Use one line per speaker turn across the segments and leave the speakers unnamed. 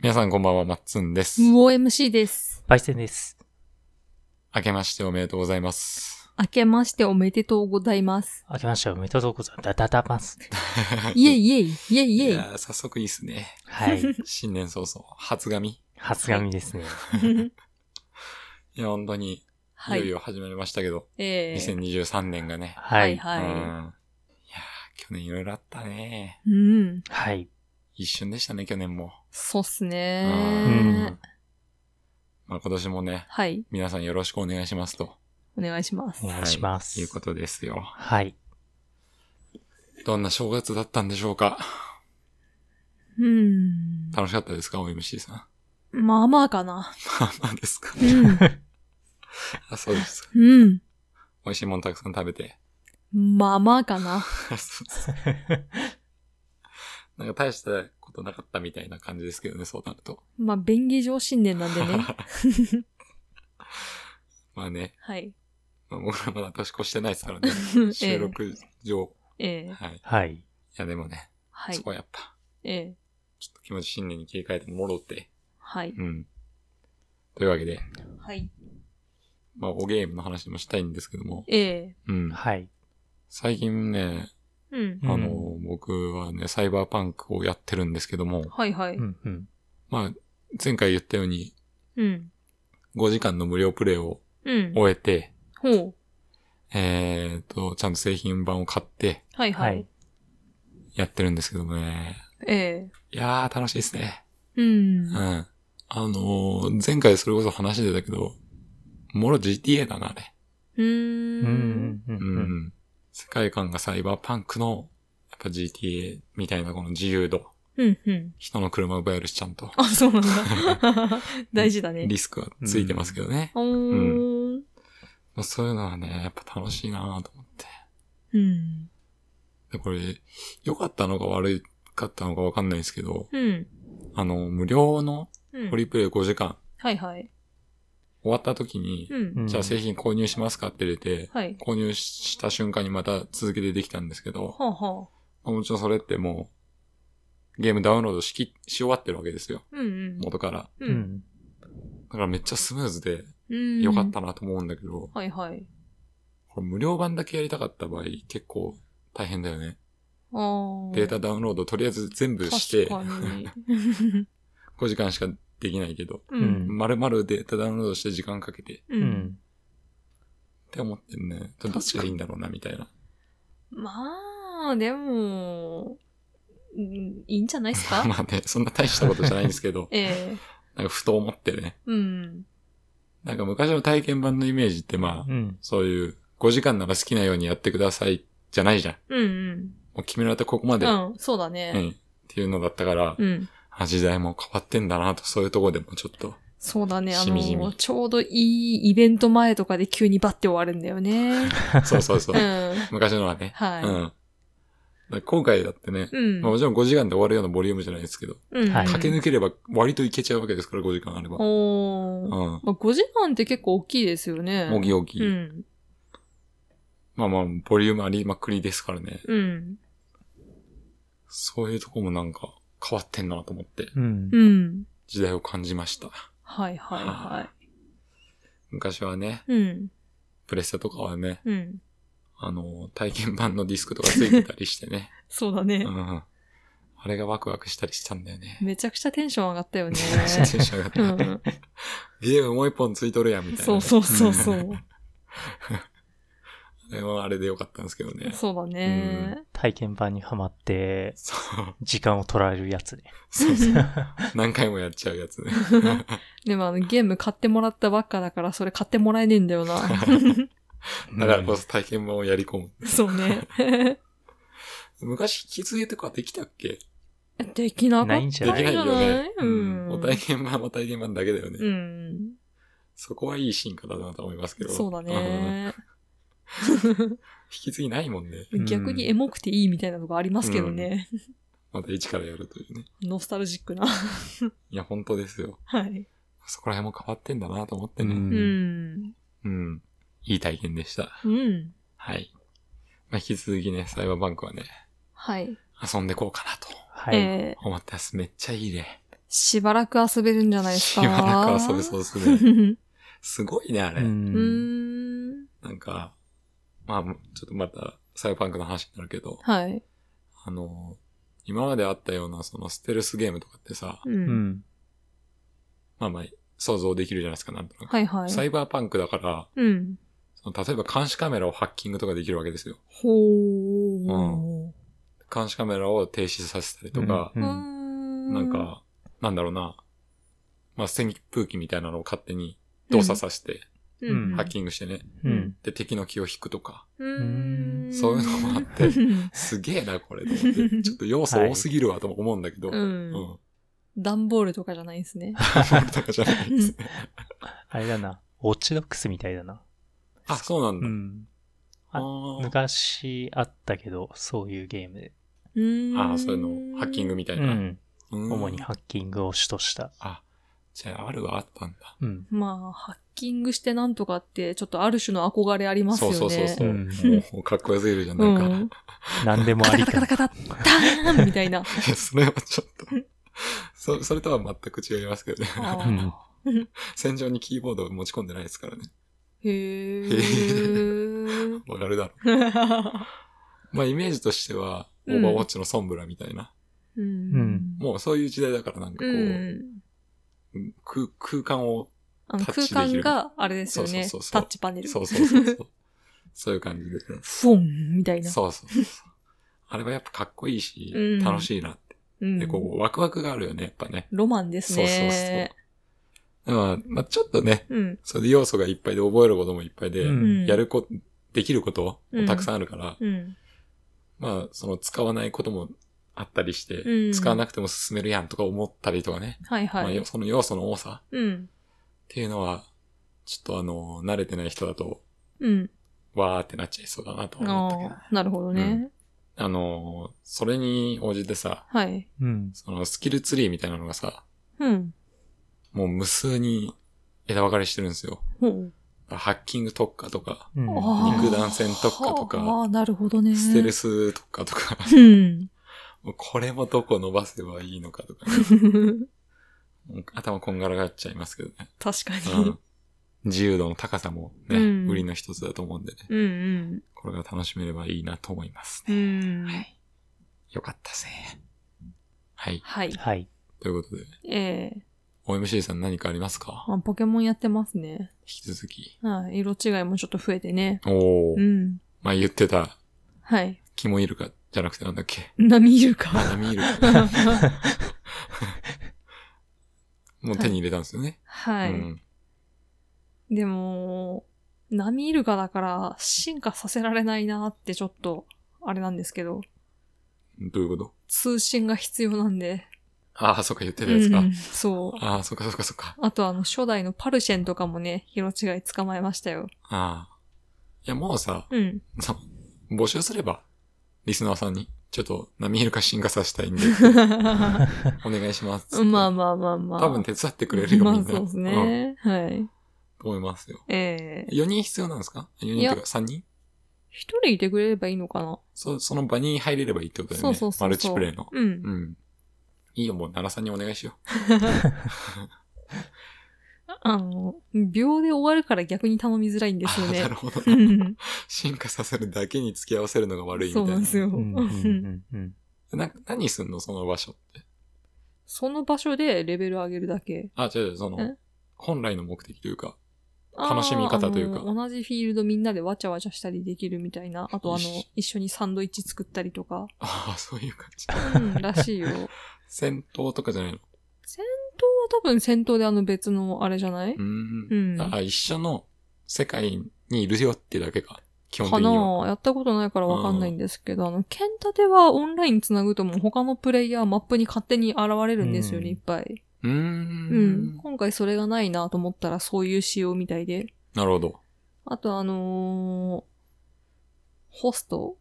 皆さんこんばんは、まっつんです。
OMC です。
パイセンです。
明けましておめでとうございます。
明けましておめでとうございます。
明けましておめでとうございます。だだだます。
イェイイェイ、イェイ
い
イェイ。
やー早速いいっすね。
はい。
新年早々、初髪。
初髪ですね。
いや、本当に、い
は
よい
い。
よ始まりましたけど、
えー
2023年がね。
は
はい
い。
うん。いや
は
ー去年いろいろあったね。
い。うん。
はい。
一瞬でしたね、去年も。
そうっす
う
ね
ん。。まあ今年もね、
はい。
皆さんよろしくお願いしますと。
お願いします
お。願いします。
いいうことですよ。
はい。
どんな正月だったんでしょうか
うん。
楽しかったですか ?OMC さん。 ま
まあまあかな。
あまあですか
うん。
あ、そうです。
うん。
美味しいもんたくさん食べて。
まあまあかな。
そうですなんか大したことなかったみたいな感じですけどね、そうなると。
まあ、便宜上新年なんでね。
まあね、
はい。
まあ、僕らまだ年越してないです からね。収録上。
ええええ
はい。い
はい。
やでもね、
はい
そ。こはやっぱ、
ええ
ちょっと気持ち新年に切り替えてもろって。
はい。
うん。というわけで、
はい。
まあ、おゲームの話もしたいんですけども。
ええ
うん。
はい。
最近ね、
うん。
あの、
う
僕はね、サイバーパンクをやってるんですけども、
はいはい。
うんうん。
まあ、前回言ったように、
うん。
5時間の無料プレイを
うん。
終えて、
ほう。
えーっと、ちゃんと製品版を買って
はいは
はい
い。
やってるんですけどもね。
ええ
いやー、楽しいですね。
うん
う。ん。あのー前回それこそ話してたけど、もろ GTA だな、あれ。
う
う
ー。
んうんんうん
う
うん。
ん。世界観がサイバーパンクの、やっぱ GTA みたいなこの自由度。
うんうん。
人の車を奪えるし、ちゃんと。
あ、そうなんだ。大事だね。
リスクはついてますけどね。
おー。
まあそういうのはね、やっぱ楽しいなと思って。
うん。
で、これ、良かったのか悪かったのかわかんないですけど、
うん。
あの、無料の
うん
ホリプレイ5時間
はいはい。
終わった時に、
うん。
じゃあ製品購入しますかって出て、
はい。
購入した瞬間にまた続けてできたんですけど、
はあはあ。
まあもちろんそれってもう、ゲームダウンロードしき、し終わってるわけですよ。
うん
元から。
う。
うんん。
だからめっちゃスムーズで
うん。
良かった。なと思うんだけど、
はいはい。
これ無料版だけやりたかった場合、結構大変だよね。
あー
データダウンロードとりあえず全部して、
確かに
5時間しかできないけど、
う。
うんん。
丸々データダウンロードして時間かけて、
う。
うんん。
って思ってんね。どっちがいいんだろうな、みたいな。
まあ、でも、うんいいんじゃないです か、
まあね、そんな大したことじゃないんですけど
ええ。
なんかふと思ってね。
うん。
なんか昔の体験版のイメージってまあ、
うん。
そういう5時間なら好きなようにやってくださいじゃないじゃん。
うん
もう決められたここま
う
で、
ん。うん、そうだ
う
ね。
んっていうのだったから、
うん。
あ時代も変わってんだなと、そういうとこでもちょっ と、
そうだね。あ
しみじみ
の、ちょうどいいイベント前とかで急にバッて終わるんだ よね。
そうそうそう
う。ん。
昔のはね。うん。
は
だから今回だってね
い。、うん
まあ、もちろん5時間で終わるようなボリュームじゃないですけど、
うん。
はい
駆け抜ければ割といけちゃうわけですから、5時間あれば。
おー。
う
まあ、5時間って結構大きいですよね。
ん。もぎもぎ。
うん。
まあまあ、ボリュームありまくりですからね。
うん。
そういうとこもなんか変わってんなと思って、
うん
う。ん。
時代を感じました。
はいはいは
昔はね、
い。うん。
プレステとかはね、
うん。
あの、体験版のディスクとかついてたりして ね。
そうだ
う
ね。
ん。あれがワクワクしたりしたんだよね。
めちゃくちゃテンション上がっ たよね。
テンション上がった
う。ん。
ゲームもう一本ついとるやん、みたいな、ね。
そうそうそうそう。
あれはあれでよかったんですけどね。
そうだね。
体験版にはまって、
そう。
時間を取られるやつね。
そうそう。何回もやっちゃうやつね。
でもあの、ゲーム買ってもらったばっかだから、それ買ってもらえねえんだ よな。
だからこそ体験版をやり込む。
そうね。
昔引き継ぎとかできたっけ
できなかった
ないんじゃない
できないよね
うん。
お体験版は体験版だけだよね。
うん。
そこはいい進化だなと思いますけど。
そうだ
ん。
ね。
引き継ぎないもんね。
うん
逆にエモくていいみたいなのがありますけどね。
また一からやるというね。
ノスタルジッ クな。
いや、本当ですよ。
はい。
そこら辺も変わってんだなと思っ
う。
てね。
うんん。
うん。いい体験でした。
うん。
はい。まあ、引き続きね、サイバーバンクはね、
はい。
遊んでこうかなと
はい。
えー
思ってます。めっちゃいいね。
しばらく遊べるんじゃないですか。
しばらく遊べそうですね。
う。
すごいね、あ
う。
れ。
うんーん。
なんか、まあ、ちょっとまた、サイバーパンクの話になるけど、
はい。
あの、今まであったような、その、ステルスゲームとかってさ、
うん。
うん。
まあまあ、想像できるじゃないですか、なんとなく。
はいはい。
サイバーパンクだから、
うん。
その例えば監視カメラをハッキングとかできるわけですよ。
ほー。
監視カメラを停止させたりとか、
うん
な
な
ん、か、なんだろうな、まあ、扇風機みたいなのを勝手に動作させて、
うん
うん
ハッキングしてね、
うん。
で、敵の気を引くとか、
うん
そういうのもあ って
うん
すげえな、これと思って。ちょっと要素多すぎるわとも思うん だけど、
う。
うんん。
段ボールとかじゃないんで すね。
とかじゃないですね。
あれだな。ウォッチドックスみたいだな。
あ、そうなん
う
だ。
ん。あ
あー
昔あったけど、そういうゲームで。
うーん
あー、そういうの、ハッキングみたいうな。
ん。
うん
主にハッキングを主とした。
あ、じゃあ、あるはあったんだ。
うん。
まあ、ハッキングしてなんとかって、ちょっとある種の憧れあります
そ
よ
う
ね。
そうそうそう。
うん
もう、かっこよすぎるじゃん、なんか。
うん。
何でも
カ
あ
タ
り
カタカタ。
か
カタ、ダーンみたいな。
いやそれはちょっと。そ、それとは全く違いますけどね。
あ
う
ー
ん
戦場にキーボードを持ち込んでないですからね。
へー。
わかるだろう。まあ、イメージとしては、オ
うん
ーバーウォッチのソンブラみたいな。
うん
もうそういう時代だからなんかこう、
うん
空空間を、
あの
タッチで
空
きる
間が、あれですよね
そうそうそう。そ
タ
う
ッチパネル。
そうそうそうそう。そういう感じで。
フォンみたいな。
そうそうそうそう。あれはやっぱかっこいいし、
うん
楽しいなって。
うん
で、こう、ワクワクがあるよね、やっぱね。
ロマンです
そうそう
ね。
そう。まあ、まあ、ちょっとね、
そうそう。うん。
それで要素がいっぱいで覚えることもいっぱいで、
う
う
ん
ん
やるこ、できることもたくさんあるから、
うん。
まあ、その使わないこともあったりして、
うん
使わなくても進めるやんとか思ったりとかね。
はい
まあ
はい
よ、。その要素の多さっ
うん。
ていうのは、ちょっとあの、慣れてない人だと、
うん。
わーってなっちゃいそうだなと思ったけど
あ。あ、なるほどね。
あの、それに応じてさ、
はい。
うん。
そのスキルツリーみたいなのがさ、
うん。
もう無数に枝分かれしてるんですよ。
ほう
ハッキング特化とか、
うん
あー
肉弾戦特化とか
ああ、なるほどね。
ステルス特化とか、
うん。
もうこれもどこ伸ばせばいいのかとかね、もう頭こんがらがっちゃいますけどね。
確か
う
に
ん。自由度の高さもね、
うん
売りの一つだと思うんでね、
うん
これが楽しめればいいなと思います
うん。う
ね。
ん。
はい。よかったぜ。はい。
はい。
はい。
ということで、
ええ
OMC さん何かありますか
あポケモンやってますね。
引き続き。
はい。色違いもちょっと増えてね。
おー。
うん。
まあ言ってた、
はい。
キモイルカじゃなくてなんだっけ。
波いる
あ、
か。
ナミイルカ。もう手に入れたんですよね。
はい。
うん。
でも、波いるかだから、進化させられないなってちょっと、あれなんですけど、
どういうこと
通信が必要なんで。
ああ、そっか言ってたやつか。
うんそう。
ああ、そっかそっかそっか。
あとあの、初代のパルシェンとかもね、色違い捕まえましたよ。
ああ。いや、もうさ、
うん。
そ募集すれば、リスナーさんに、ちょっと、ナミイルカ進化させ たいんで、
ま。
お願いします
あまあまあまあ。
多分手伝ってくれるよ、
ま
み
あ
んな。
そうです
ん。
ね。はい。
と思いますよ。
ええ
4人必要なんですか ?4
い
人
や
とか3人
一人いてくれればいいのかな
そその場に入れればいいってことだよね。
そうそうそうそう
マルチプレイの。
うん。
うん。いいよ、もう奈良さんにお願いしよ
あの、秒で終わるから逆に頼みづらいん
う。
ですよ
あーな
ね
る。 ほど
う
な。
ん
進化させるだけに付き合わせるのが悪いみたい
そ
うな。
なんですよ。
うんうんうんうん。
な何すんのその場所って。
その場所でレベル上げるだけ。
あ、違う違う、その
え、
本来の目的というか、
あー
楽しみ方というか
あの同じフィールドみんなでわちゃわちゃしたりできるみたいな。あとあの
よし、
一緒にサンドイッチ作ったりとか。
ああ、そういう感じ。
うん、らしいよ。戦闘は
戦闘とかじゃないの
多分戦闘であの別のあれじゃない、
う。
うんん、
あ、一緒の世界にいるよってだけか。基本
か
的には。
なやったことないからわかんないんですけど、あの、剣立てはオンライン繋ぐともう他のプレイヤーマップに勝手に現れるんですよね、
うん
いっぱい。
うー
うんん。。今回それがないなと思ったらそういう仕様みたいで。
なるほど。
あとあのーホスト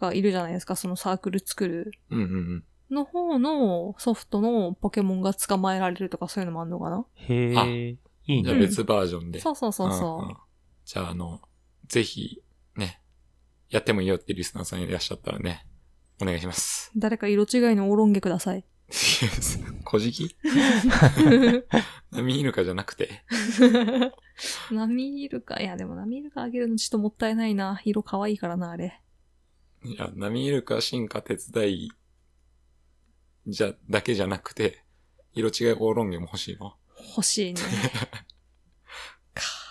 がいるじゃないですか、そのサークル作る。
うんうんうん。
の方のソフトのポケモンが捕まえられるとかそういうのもあんのかな
あ
へえ。いい
じゃあ
うん
ね。
別バージョンで。
そうそうそうそ
んんじゃあ、あの、ぜひ、ね、やってもいいよってリスナーさんいらっしゃったらね、お願いします。
う。誰か色違いのオーロンゲください。
小じきミイルカじゃなくて。
ナミイルカ、いやでもナミイルカあげるのちょっともったいないな。色可愛いからな、あれ。
いや、ナミイルカ進化手伝い、じゃ、だけじゃなくて、色違いオーロンゲも欲しいの。
欲しいね。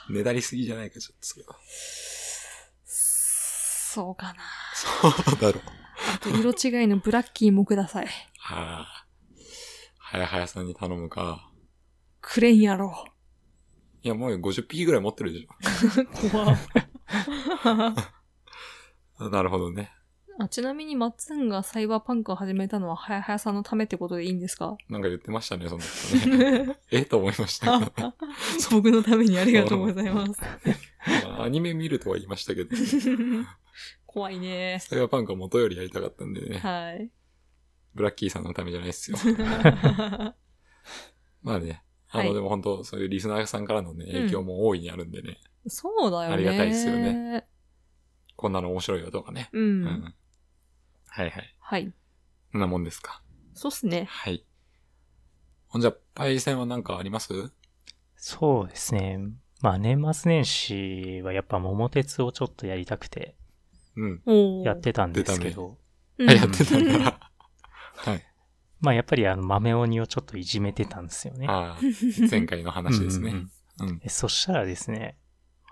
ねだりすぎじゃないか、ちょっとそれは。
そうかな。
そうだろう。
あと色違いのブラッキーもください。
はあ。はやはやさんに頼むか。
くれんやろ。
いや、もう50匹ぐらい持ってるでし
怖っ
ょ。なるほどね。
あちなみにマッツンがサイバーパンクを始めたのははやはやさんのためってことでいいんです か
なんか言ってましたね、その人 ね。えと思いましたけど
僕のためにありがとうございます。
まあアニメ見るとは言いましたけ ど、
怖いね。
サイバーパンクは元よりやりたかったんでね。
はい。
ブラッキーさんのためじゃない ですよ。まあね。あ
はい
の、でも本当、そういうリスナーさんからのね、影響も大いにあるんでね。
そうだよね。
ありがたいですよね。こんなの面白いよとかね。
う。
うんはいはい。
はい。
そんなもんですか。
そうっすね。
はい。ほんじゃ、パイセンは何かあります
そうですね。まあ年末年始はやっぱ桃鉄をちょっとやりたくて
うん。
おー
やっ、てたんですけど、
うん
あやってたん だ。はい。
まあやっぱりあの豆鬼をちょっといじめてたんですよね。
ああ、前回の話です
うんうん
ね。うん。
えそしたらですね、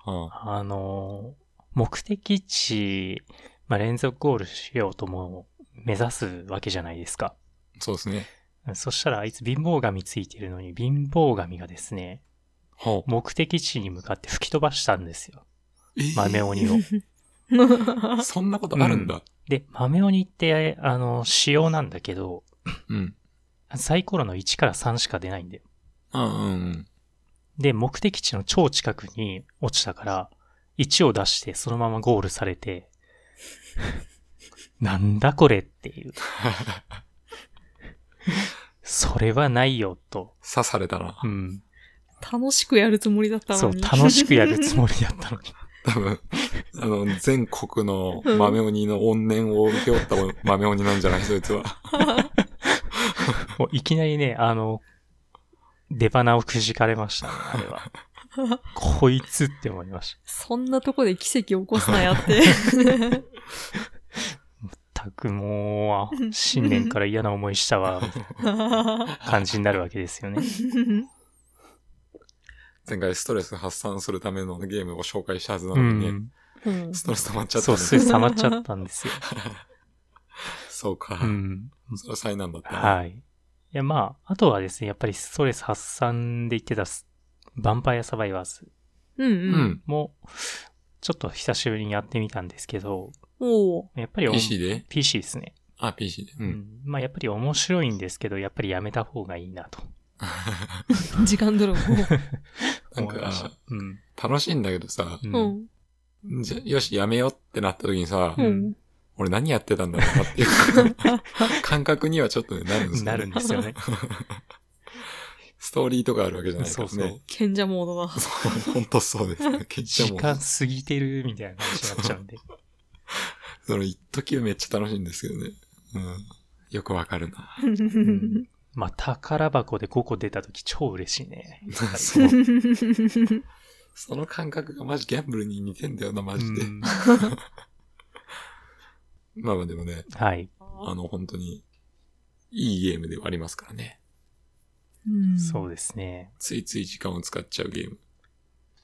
はあ
あのー目的地、まあ、連続ゴールしようとも目指すわけじゃないですか。
そうですね。
そしたらあいつ貧乏神ついてるのに貧乏神がですね、
はあ。
目的地に向かって吹き飛ばしたんですよ。
えー
豆鬼を。
そんなことあるんだ。
で、豆鬼って、あの、仕様なんだけど、
うん。
サイコロの1から3しか出ないんだよ。
うんうん
で、目的地の超近くに落ちたから、1を出してそのままゴールされて、 なんだこれっていう。それはないよ、と。
刺されたな
う。ん。
楽しくやるつもりだった
そ
の
う、
に。
楽しくやるつもりだった のに。
多分、あの、全国の豆鬼の怨念を受け負った豆鬼なんじゃないそいつは。
もういきなりね、あの、出花をくじかれましたね、あれは。 こいつって思いまし
そんなとこで奇跡起こすなやって。
た。たくもう、新年から嫌な思いし たわ、みたいな感じになるわけですよね。
前回ストレス発散するためのゲームを紹介したはずな
う
のにね、
ん。
うん
ストレス溜まっちゃった
そ
ね
う、それ冷まっちゃった んですよ。
そうか。
うん。
それは災難だったね、
はい。いや、まあ、あとはですね、やっぱりストレス発散で言ってたス、ヴァンパイアサバイバーズ
う
う
んうん。
ん。
も、ちょっと久しぶりにやってみたんですけど、
おー
やっぱりお
PC で
PC ですね。
あ、PC で。う。
うんん。まあ、やっぱり面白いんですけど、やっぱりやめた方がいいなと
時間泥棒。
なん
思いました
か、。
うん。
楽しいんだけどさ、
う。
うんん。
じゃよし、やめようってなった時にさ、
うん
うん。
俺何やってたんだろうなっていうか 感覚にはちょっとね、なるん ですよね
なるんですよね。
ストーリーとかあるわけじゃないからね。
そうそう
賢者モードだ。
そう 本当そうですね。結
時
局も
間
う、
過ぎてるみたいな感じになっちゃう んで。
その一時めっちゃ楽しいんですけどね。うん。よくわかるな。
うんまあ、宝箱で5個出た時超嬉しいね。
そう。その感覚がマジギャンブルに似てんだよな、マジで。
うん
まあまあでもね、
はい。
あの、本当に、いいゲームではありますからね。
そう
で
ですね。
ついつい時間を使っちゃうゲーム。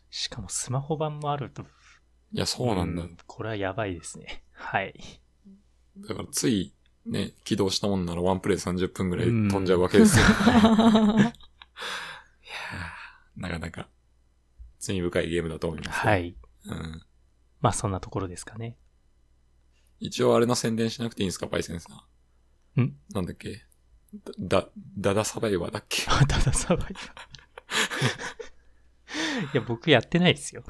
しかもスマホ版もあると。
いや、そうなんだ。
んこれはやばいですね。はい。
だから、つい、ね、起動したもんならワンプレイ30分ぐらい飛んじゃうわけですよ。いやーなかなか、罪深いゲームだと思います。
は。い。
うん。
まあそんなところですかね。
一応あれの宣伝しなくていいんですか、パイセンさん。
ん
なんだっけだ、だダダサバイバーだっけ
ただ さばい。いや、僕やってないですよ。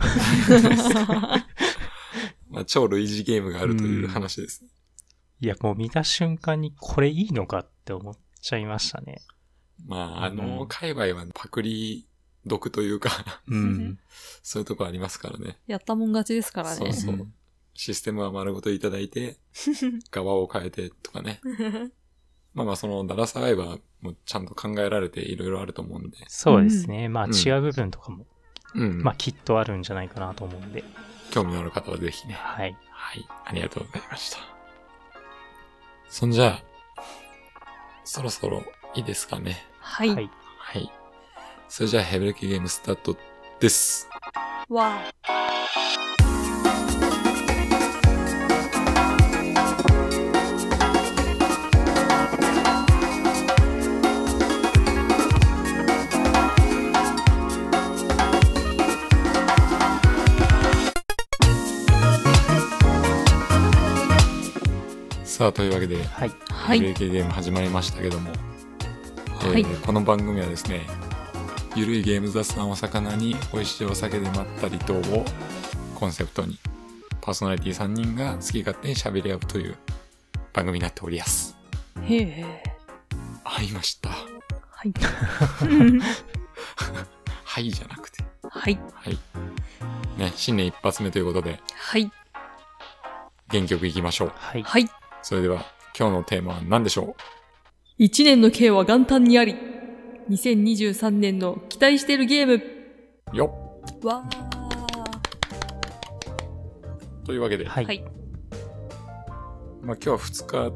まあ、超類似ゲームがあるという話です。
いや、もう見た瞬間にこれいいのかって思っちゃいましたね。
まあ、あ
う
の、
ん
界隈はパクリ毒というか、
うん。
そういうとこありますからね。
やったもん勝ちですから
そう
ね。
そう。 システムは丸ごといただいて、側を変えてとかね。まあまあそのダラサライバーもちゃんと考えられていろいろあると思うんで。
そうですね。まあ
うん
違う部分とかも、
うん。
まあきっとあるんじゃないかなと思うんで。
興味のある方はぜひね。
はい。
はい。ありがとうございました。そんじゃあ、そろそろいいですかね。
はい。
はい
はい。それじゃあ、ヘブレキゲームスタートです。
わあ。
さあ、というわけで、
はい。
は
ヘブ
い。
レキゲーム始まりましたけども、
は
え
い。
ーこの番組はですね、ゆるいゲーム雑談を魚に美味しいお酒でまったり等をコンセプトに、パーソナリティ3人が好き勝手に喋り合うという番組になっておりやす。
へえ。
ありました。
はい。
はいじゃなくて。
はい。
はい。ね、新年一発目ということで、
はい。
原曲いきましょう。
はい。
はい。
それでは、今日のテーマは何でしょ
一年の刑は元旦にあり。2023年の期待してるゲーム。
うよっ
わ
というわけで、
は。
あ。はいい。
まあ今日は2日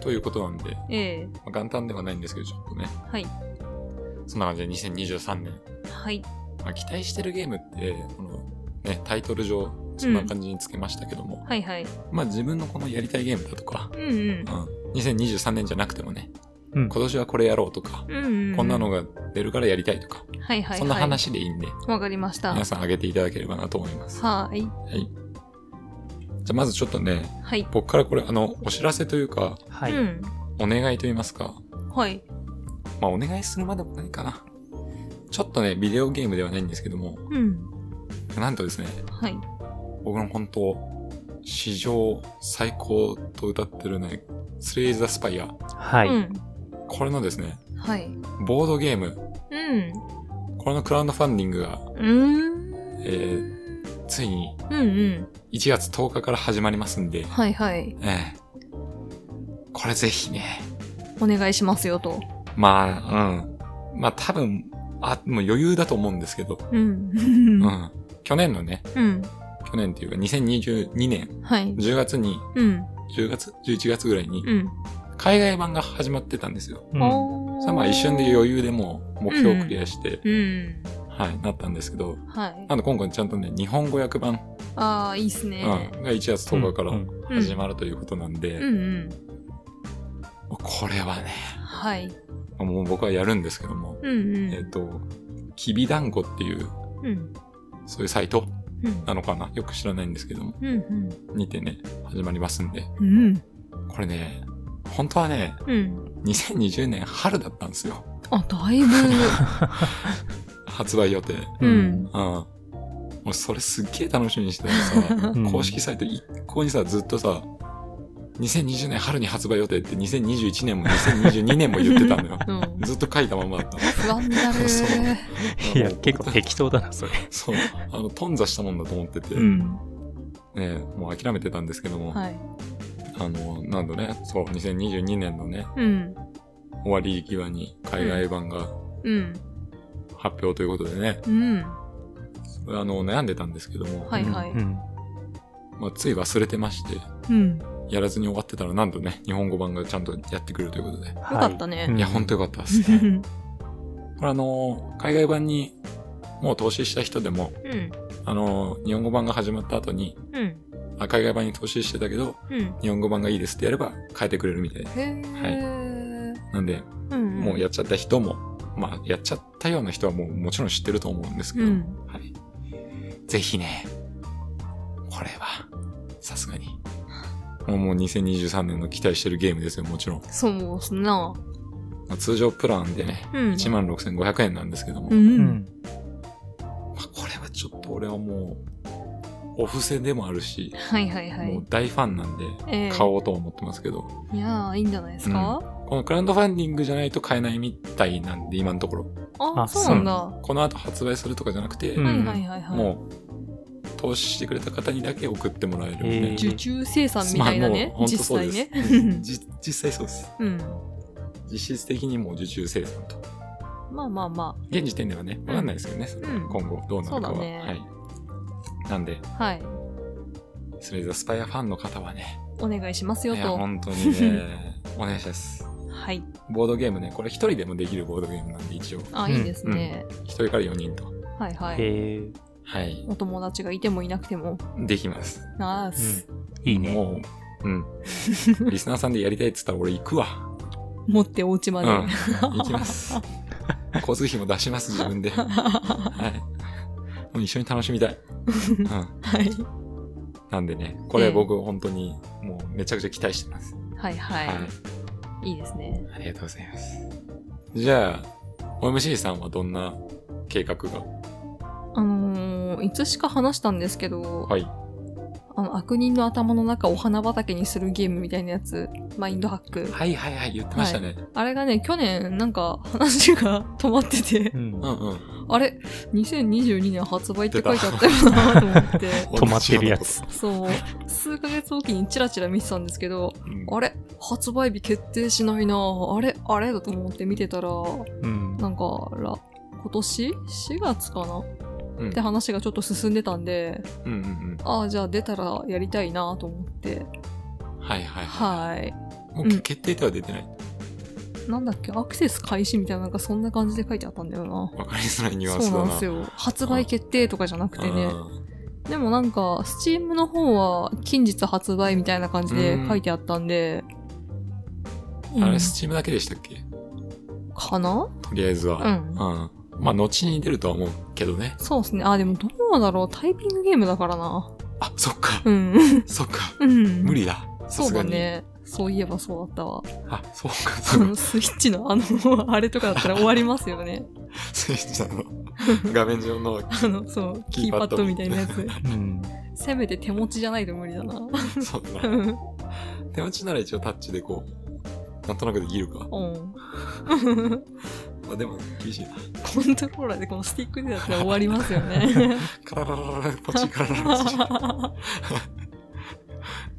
ということなんで、ま
ええ。
あ元旦ではないんですけど、ちょっとね、
はい。
そんな感じで2023年、
はい。
まあ、期待してるゲームって、このね、タイトル上、そんな感じにつけましたけども、
はいはい。
まあ自分のこのやりたいゲームだとか、
うんうん
うん、2023年じゃなくてもね、
うん
今年はこれやろうとか、
うんうん。
こんなのが出るからやりたいとか、
はいはい。
そんな。話でいいんで、
わかりました。
皆さん上げていただければなと思います。
はい。
はい。じゃあまずちょっとね、
はい。
僕からこれ、あの、お知らせというか、
は
う
い。
ん。
お願いと言いますか、
はい。
まあお願いするまでもないかな。ちょっとね、ビデオゲームではないんですけども、
うん。
なんとですね、
はい。
僕の本当、史上最高と歌ってるね、スレイザースパイア。
はい。
うん。
これのですね、
はい。
ボードゲーム、
うん。
これのクラウドファンディングが、
うーん。
えーついに
うんうん。
1月10日から始まりますんで、
はいはい。
ええこれぜひね、
お願いしますよと。
まあ、うん。まあ多分、あ、もう余裕だと思うんですけど、
うん。
う。
うん
去年のね、
ん。
去年っていうか2022年
はい。
10月に、
うん。
10月 ?11 月ぐらいに
う、ん。
海外版が始まってたんですよ。
うん
おー
さあまあ一瞬で余裕でもう目標をクリアして、
うん。
はい、なったんですけど、
はい
な。んで今回ちゃんとね、日本語訳版、
ああ、いいっすね。
うん、が1月10日から
うん
始まるということなんで、
うんうん。
これはね、
はい。
もう僕はやるんですけども、
うんう
えっ、
ん。
と、きびだんごっていう、
うん。
そういうサイト
うん。
なのかなよく知らないんですけども、
うん。
にてね、始まりますんで。
うん。
これね、本当はね、
うん。
2020年春だったんですよ。
あ、だいぶ。
発売予定。
う
うんん。
うん。俺それすっげえ楽しみにしてたのさ、
うん
公式サイト一向にさ、ずっとさ、2020年春に発売予定って2021年も2022年も言ってたんだよ。
うん。
ずっと書いたままだったの。
不安になる。
そう
いや、結構適当だな、それ。
そう。あの、頓挫したもんだと思ってて、ね
ん。
えもう諦めてたんですけども、
はい。
あの、なんだね、そう、2022年のね、
うん。
終わり際に海外版が
うん。
発表ということでね、
うん。
あの、悩んでたんですけども、
はいはい
うん。
まあ、つい忘れてまして、
うん。よ
やらずに終わってたらなんとね、日本語版がちゃんとやってくるということで。
よ
かったね。
いや、ほんとよかった ですね。これあのー、海外版にもう投資した人でも、
うん。
あのー、日本語版が始まった後に、
うん。
あ海外版に投資してたけど、
うん。
日本語版がいいですってやれば変えてくれるみたい
へえ。
なんで、
うん。
もうやっちゃった人も、まあ、やっちゃったような人はもうもちろん知ってると思うんですけ
う
ど、
ん。
はい。ぜひね、これは、さすがに。もうもう2023年の期待してるゲームですよ、もちろん。
そうっすな。
まあ通常プランでね、
うん。
16,500円なんですけども、
う。
ま
うんん。
あ、これはちょっと俺はもう、お布施でもあるし、
はいはいは
も。
いう
大ファンなんで、
ええ
買おうと思ってますけど、
いやー、いいんじゃないですか、
このクラウドファンディングじゃないと買えないみたいなんで、今のところ。
あ
あ
そうなんだ。
この後発売するとかじゃなくて、
うん
はいはいはいはい。
もう、投資してくれた方にだけ送ってもらえるんで、
えー
受注生産みたいな
まあ
ね、
もう本当
実
そう
際
です
ね。
うんじ実際そうです。
うん。
実質的にもう受注生産と。
まあまあま
現時点ではね、わかんないですよね、それは
うん
今後どうなるか
そ
は。
うだね
はい。なんで、
あ、はい。
スレイザースパイアファンの方はね、
お願いします
い
よ
や、
と。
本当に ね、お願いします。
はい。
ボードゲームね、これ一人でもできるボードゲームなんで、一応。
あ、いいですね。
一人から4人と。
はいはい。
えー、
はい。
お友達がいてもいなくても。
できます。
ナース。
いいね。
もう、う ん。リスナーさんでやりたいっつったら俺行くわ。
持ってお家
う
ま
ん。
で。
行きます。交通費も出します、自 分で。はい。もう一緒に楽しみたい。うん。
はい。
なんでね、これ僕
え
本当にもうめちゃくちゃ期待してます。
はいはい。、
はい
いですね。
い。ありがとうございます。じゃあ、OMC さんはどんな計画が
あのーいつしか話したんですけど、
はい。
あの、悪人の頭の中をお花畑にするゲームみたいなやつ、マインドハック。
はいはいはい、言ってましたね。
あれがね、去年なんか話が止まってて
う、ん。
うんうん。
あれ ?2022 年発売って書いてあったよなと思って、
止まってるやつ。
そう、数ヶ月おきにチラチラ見てたんですけど、
うん。
あれ発売日決定しないなあれあれだと思って見てたら、
うん。
なんか、ら今年 ?4 月かなっ
うん
て話がちょっと進んでたんで、
うんうん
ああ、じゃあ出たらやりたいなと思って。
うん。はいはい。
はい。
もう
う
決
ん
決定では出てない。
なんだっけ、アクセス開始みたいな、なんかそんな感じで書いてあったんだよな。
わかりづらいニュアンス
そう
だな。
なんですよ。発売決定とかじゃなくてね
う。ん
でもなんか、スチームの方は近日発売みたいな感じで書いてあったんで。うん
あれ、スチームだけでしたっけ
かな
とりあえず
う
は。うんん。。まあ、後に出るとは思うけどね。
そうですね。あ、でもどうだろう。タイピングゲームだからな。
あ、そっ か。
うん。
そっか。
うん。
無理だ。さ
そ
す
う
が
だ
に。
ね。そういえばそうだったわ。
あ、そうか。
あ
そう
の、スイッチのあの、あ れとかだったら終わりますよね。
スイッチさんの 画面上の、
あの、そう、
キ
キ
ー
ー
パ
パ
ッ
ッ
ド
ドみたいなやつ。
うん。
せめて手持ちじゃないと無理だな。
そうだ
う
な。
ん。
手持ちなら一応タッチでこう、なんとなくできるか。
コ
まあ、でも、厳しいな。
ントローラーでこのスティックでだったら終わりますよ ね。
カラララララ、ポチカラララポチ。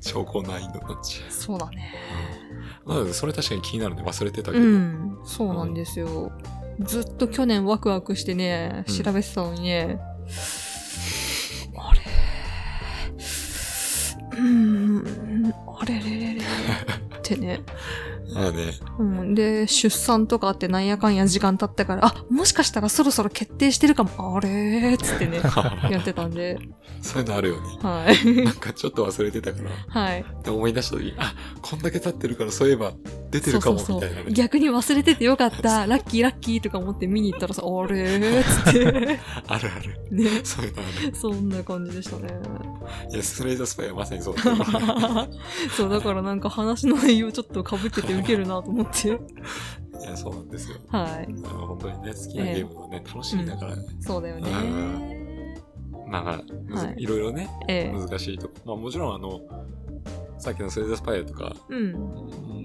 超高難易度タッチ。
そうだね。
なので、それ確かに気になるね。忘れてたけ
う
ど。
ん。そうなんですよ。ずっと去年ワクワクしてね、
うん
調べてたのにね、あれうーん、あれれれれれってね。
まあね。
うん、で、出産とかあってなんやかんや時間経ったから、あ、もしかしたらそろそろ決定してるかも、あれーっ つってね、やってたんで、
そういうのあるよね。
はい。
なんかちょっと忘れてたから。
はい。
で思い出した時にあこんだけ経ってるからそういえば出てるかもみたいなね
逆に忘れててよかった、ラッキーラッキーとか思って見に行ったらさ、あれーっつって、
あるある
ね、
そういうのあ
そんな感じでしたね。
るいやスレイザースパイはまさにそうだった
そう、だからなんか話の内容ちょっと被っててウケるなと思って、
いやそうなんですよ
はい。
あの本当にね好きなゲームはね、楽しみだからね、
そうだよね
う。まあむず、
はい
いろいろね
ええ。
難しいとこまあもちろんあのさっきのスレイザースパイアとか
うん。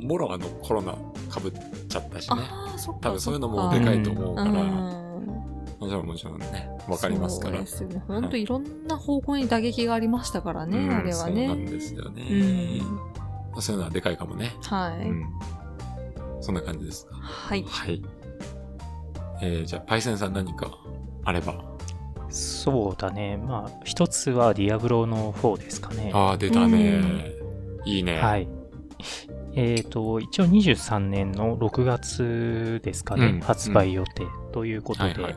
もろあのコロナかぶっちゃったしね
ああ、そっか。
多分そういうのも
そっ
でかいと思うから、
うん。
もちろんもちろんねわかりますから
そうですよね。ほん
は
と
い
いろんな方向に打撃がありましたからね、
うん
あれはね。
そうなんですよね、
うん
まあそういうのはでかいかもね
はい、
うん。そんな感じですか。
はい。
はい。えー、じゃあ、パイセンさん何かあれば。
そうだね。まあ、一つはディアブロの4ですかね。
ああ、出たね。いいね。。
はいい。えっ、と、一応23年の6月ですかね、
うん
発売予定ということ
は
で、
いはい。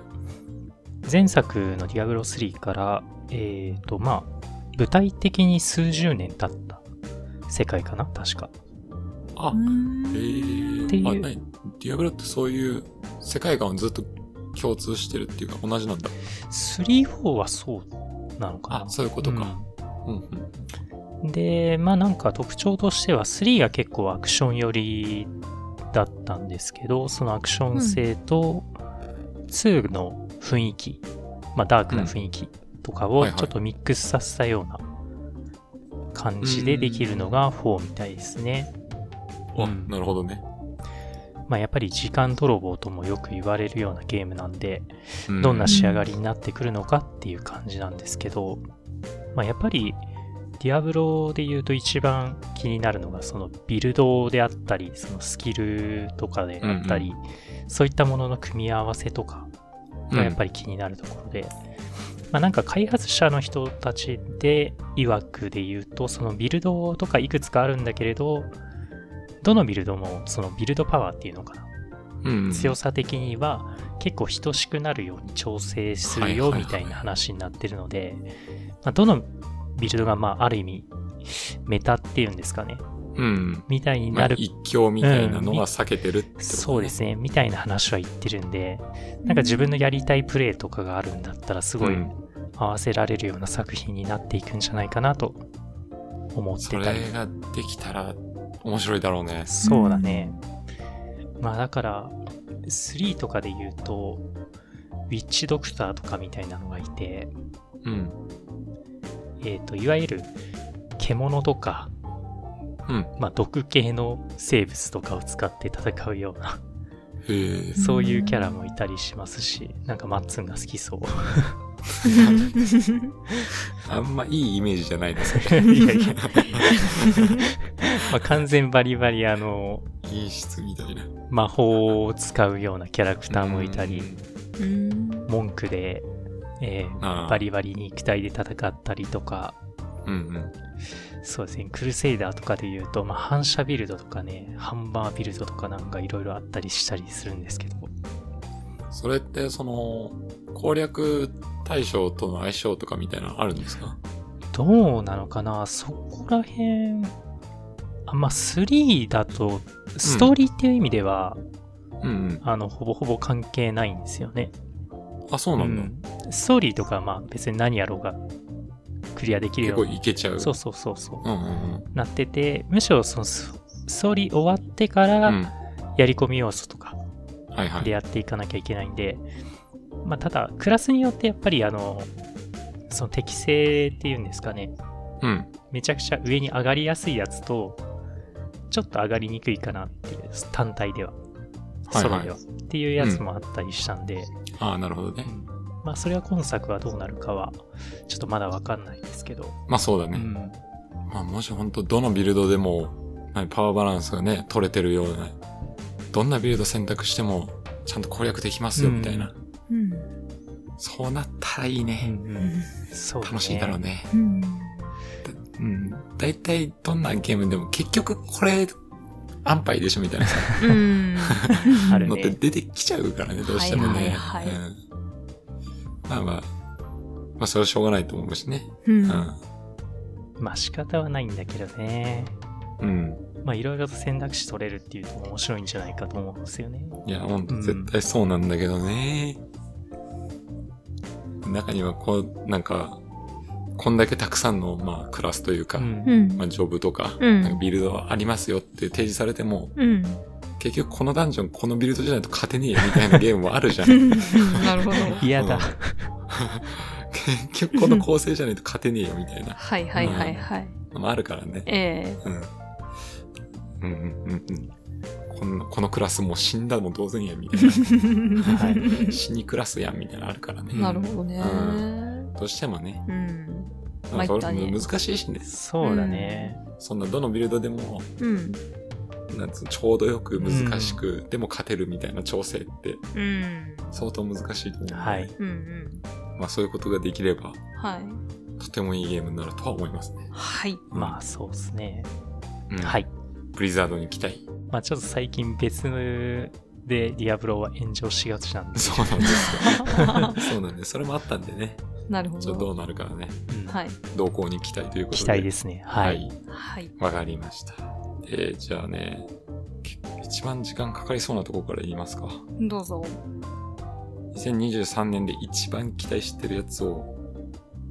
前作のディアブロ3から、えっ、と、まあ、具体的に数十年経った世界かな、確か。
あ
う、ん
えー、
っていう
あ、何ディアブロってそういう世界観をずっと共通してるっていうか、同じなんだ。
3、4はそうなのかな。
あ、そういうことか。うん、うん。
うんで、まあなんか特徴としては3が結構アクション寄りだったんですけど、そのアクション性と2の雰囲気、まあダークな雰囲気とか
うん
を
はい
ち
はい
ょっとミックスさせたような感じでできるのが4みたいですね。
お、
うん
なるほどね。
まあやっぱり時間泥棒ともよく言われるようなゲームなんで、
う
どんな仕上がりになってくるのかっていう感じなんですけど、まあ、やっぱりディアブロで言うと一番気になるのがそのビルドであったりそのスキルとかであったり、そういったものの組み合わせとかがやっぱり気になるところで、まあ、なんか開発者の人たちで曰くで言うとそのビルドとかいくつかあるんだけれどどのビルドもそのビルドパワーっていうのかな
うん
強さ的には結構等しくなるように調整するよ
はいはいはい
みたいな話になってるので、まあどのビルドがまあある意味メタっていうんですかね
うん
みたいに
ま
な
あ、
る、
一強みたいなのは避けてるってこと、ね
そうですねみたいな話は言ってるんでなんか自分のやりたいプレイとかがあるんだったらすごい
うん
合わせられるような作品になっていくんじゃないかなと思って
そ
たり
れができたら面白いだろうね
そうだね。まあだから、3とかで言うと、ウィッチドクターとかみたいなのがいて、
うん
えっ、と、いわゆる獣とか、
うん
まあ毒系の生物とかを使って戦うような、
へえ
そういうキャラもいたりしますし、なんかマッツンが好きそう。
あんまいいイメージじゃないですね
いやいや、まあ、完全バリバリあの、
陰湿みたいな
魔法を使うようなキャラクターもいたり、
うん
文句で、えー
あー
バリバリ肉体で戦ったりとか、
うんうん
そうですね、クルセイダーとかで言うと、まあ、反射ビルドとかね、ハンマービルドとかなんかいろいろあったりしたりするんですけど、
それってその攻略対象との相性とかみたいなのあるんですか
どうなのかな、そこら辺、あまあ、3だと、ストーリーっていう意味では、
うんうん
あの、ほぼほぼ関係ないんですよね。
あそうなんだ、
うんストーリーとかはまあ別に何やろうがクリアできる
結
よ
構
うに
いけちゃう
そうそうそうそう
うんうん
なっててむしろそのスストーリー終わってか
うんう
ら
ん
やり込み要素とか
はいは
で
い
やっていかなきゃいけないんで、まあ、ただクラスによってやっぱりあのその適性っていうんですかね
うん
めちゃくちゃ上に上がりやすいやつとちょっと上がりにくいかなっていう単体では
はい
ソ
は
ロ
い
では、っていうやつもあったりしたんで、
ああなるほどね
まあそれは今作はどうなるかはちょっとまだわかんないですけど、
まあそうだね、
うん
まあ、もし本当どのビルドでもはいパワーバランスがね取れてるようなどんなビルド選択してもちゃんと攻略できますよ
うん
みたいな、
うん
そうなったらいいね、
そうだね
楽しいだろうね
うん
うん大体どんなゲームでも結局これ安牌でしょみたいなさ
うん
ある
のって
ね
出てきちゃうからねどうしてもね、
はいはいはい
うん、まあまあまあそれはしょうがないと思うしね
うん
うん、
まあ仕方はないんだけどね
うん、
まあいろいろと選択肢取れるっていうと面白いんじゃないかと思うんですよね
いや本
う
当
ん
絶対そうなんだけどね、中にはこうなんかこんだけたくさんの、まあ、クラスというか、
うん
うん
まあ、ジョブとか,、
うん
なんかビルドありますよって提示されても
うん
結局このダンジョンこのビルドじゃないと勝てねえよみたいなゲームもあるじゃん
な るほど
嫌だ、
結局この構成じゃないと勝てねえよみたいな
はいはいはいはい
のもあるからね。
え
うん。うんうんうんうん。このこのクラスもう死んだも同然やみたいな。
え
は
死にクラスやんみたいなのあるからね。
なるほどね
うんどうしてもね。
うん
まあ、そ
参っ
れ
たね
難しいしね。
そうだね、
そんなどのビルドでも、
うん
なんつうのちょうどよく難しく、でも勝てるみたいな調整って
うん
相当難しいと思うので、
はい
うんうん
まあそういうことができれば、
はい
とてもいいゲームになるとは思いますね。
はい
まあそうですね、
うん
はい
ブリザードに期 待。
まあちょっと最近別でディアブロは炎上しがちなんで、
そうなんですよ。そうなんです。それもあったんでね。
なるほ
ちょっと
ど
どうなるかはね、
うん
はい
動向に期待ということで。
期待ですね
は
はい、
い。
はい
わ、かりました。えーじゃあね、け一番時間かかりそうなところから言いますか。
どうぞ
2023年で一番期待してるやつを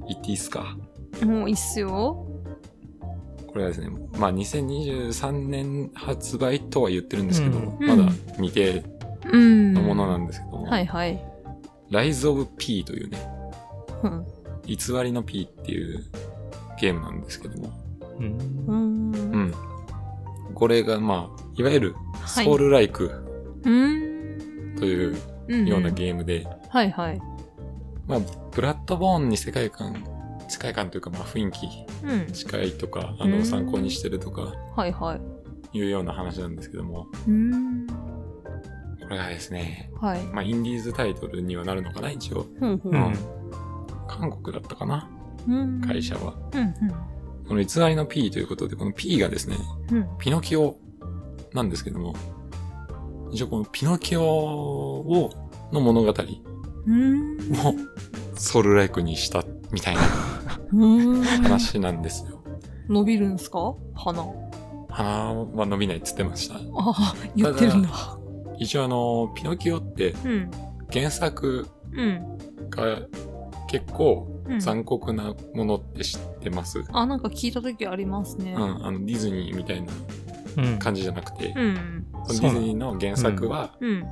言っていいですか。
もういいっすよ
これはですね、まあ2023年発売とは言ってるんですけど、
うん
まだ未定
うん
のものなんですけども、
はいはい
ライズ・オブ・ピーというね、
うん
偽りの P っていうゲームなんですけども、
うん
う
うんん。これがまあ、いわゆる
はい
ソウルライク
うん
というようなゲームで、
ームはいはい
まあ、ブラッドボーンに世界観、世界観というか、まあ、雰囲気
うん。
近いとかあ
う
の
ん
参考にしてるとか
はいはい。う
いうような話なんですけども
ーん。
これがですね、
はい。
まあ、インディーズタイトルにはなるのかな一応
ほうほう。
うん
韓国だったかな
うん
会。社は
うん
この偽りの P ということでこの P がですね
うん。うん。
ピノキオなんですけども一応このピノキオをの物語
うーん。
もソウルライクにしたみたいな
うーん。
話なんですよ。
伸びるんすか鼻。
鼻は伸びないっつってました。
ああ、言ってるんだ。
一応あの、ピノキオって
うん。
原作
うん。
が結構
うん。
残酷なものって知ってます、うん、
あ、なんか聞いた時ありますね。
あのディズニーみたいな
うん
感じじゃなくて、
うん。
そのディズニーの原作は
うん。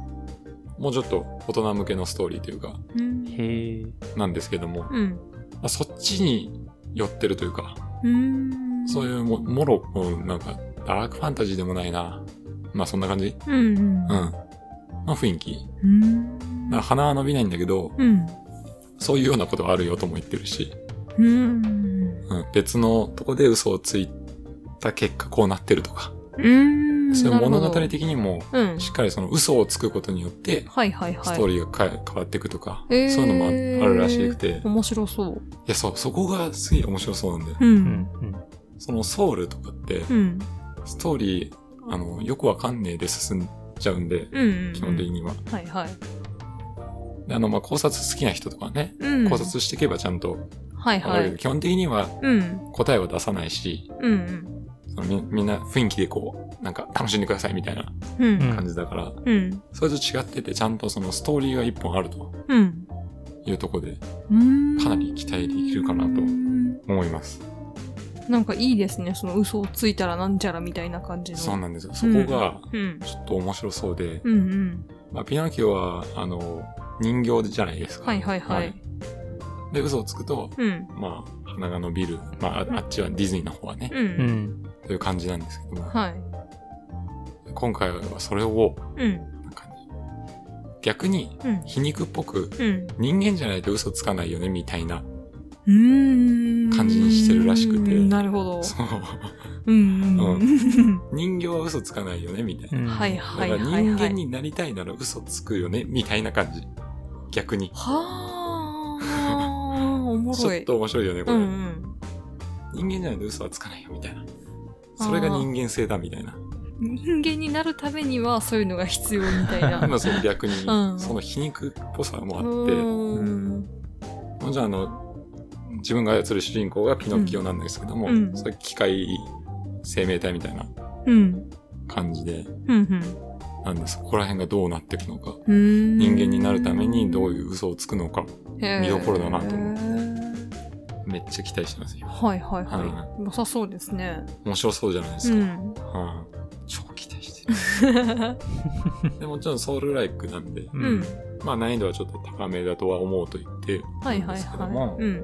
もうちょっと大人向けのストーリーというか、
うん。
へえ
なんですけども、ま
うん。
あそっちに寄ってるというか、
うん。
そういうももろ、こうなんかダラークファンタジーでもないな。まあそんな感じ
うん。うん。
うん。の雰囲気。だ
うん。
から鼻は伸びないんだけど、
うん。
そういうようなことはあるよとも言ってるし、
うん。
うん、別のとこで嘘をついた結果こうなってるとか、
うん。
そういう物語
なる
的にも
ほどうん。
しっかりその嘘をつくことによって
はいはいはい。
ストーリーが変え変わっていくとか、
へー
そういうのもああるらしくて、い
面白そう。
やそう、そこがすげえ面白そうなんだよ。
う。
うんん
そのソウルとかって
う、ん。
ストーリー、あの、よくわかんねえで進んじゃうんで、
うん。
基本的。には。
はいはい。
であの、まあ、考察好きな人とかね、
うん。
考察していけばちゃんと
はい
わか
は
るけど、
い。
基本的には
うん。
答えは出さないし、
うん。
そのみみんな雰囲気でこう、なんか楽しんでくださいみたいな
うん。
感じだから、
うん。
それと違ってて、ちゃんとそのストーリーが一本あると
うん。
いうところで
うん。
かなり期待できるかなと
うん
思います。
なんかいいですね。その嘘をついたらなんちゃらみたいな感じの。
そうなんですよ。そこが
うん。
ちょっと面白そうで、
うんうん。
まあ、ピノキオは、あの、人形じゃないですか。
はいはいはい。
で、嘘をつくと、
うん。
まあ、鼻が伸びる。まあ、ああっちはディズニーの方はね、
う。
うんん
という感じなんですけども、
はい。
今回はそれを、
うん。
なんかね、逆に
うん。
皮肉っぽく、
うん。
人間じゃないと嘘つかないよね、みたいな。
うーん。
感じにしてるらしくて
なるほど。
そう。
うんうん。
人形は嘘つかないよね、みたいな
う。ん
はい
だ
は
か
い
ら
はい
人
はい。
間になりたいなら嘘つくよね、みたいな感じ。逆に。
はあ、おも
ちょ
ろ
っ
い。
と面白いよね、こ
う
れ。
んうん。
人間じゃないと嘘はつかないよ、みたいな。それが人間性だ、みたいな。
人間になるためにはそういうのが必要みたいな。
まあ、そう逆に、
うん
その皮肉っぽさもあ
う
って、
ー
うん
ん。
もちろんあの、自分が操る主人公がピノキオなんですけども、
うん
そういう機械生命体みたいな
うん。
感じで、
うん
なんでそこら辺がどうなっていくのか、
うん。
人間になるためにどう
い
いう嘘をつくのか、
う
見どころだなと思
って。
めっちゃ期待してますよ。
はいはい
は
はい。良さそうですね。
面白そうじゃないで
う
すか。
ん。
うん超期待してる。でもちろんソウルライクなんで、
う
うんん。
まあ難易度はちょっと高めだとは思うと言って、
はいはい
ですけども
はい。うん。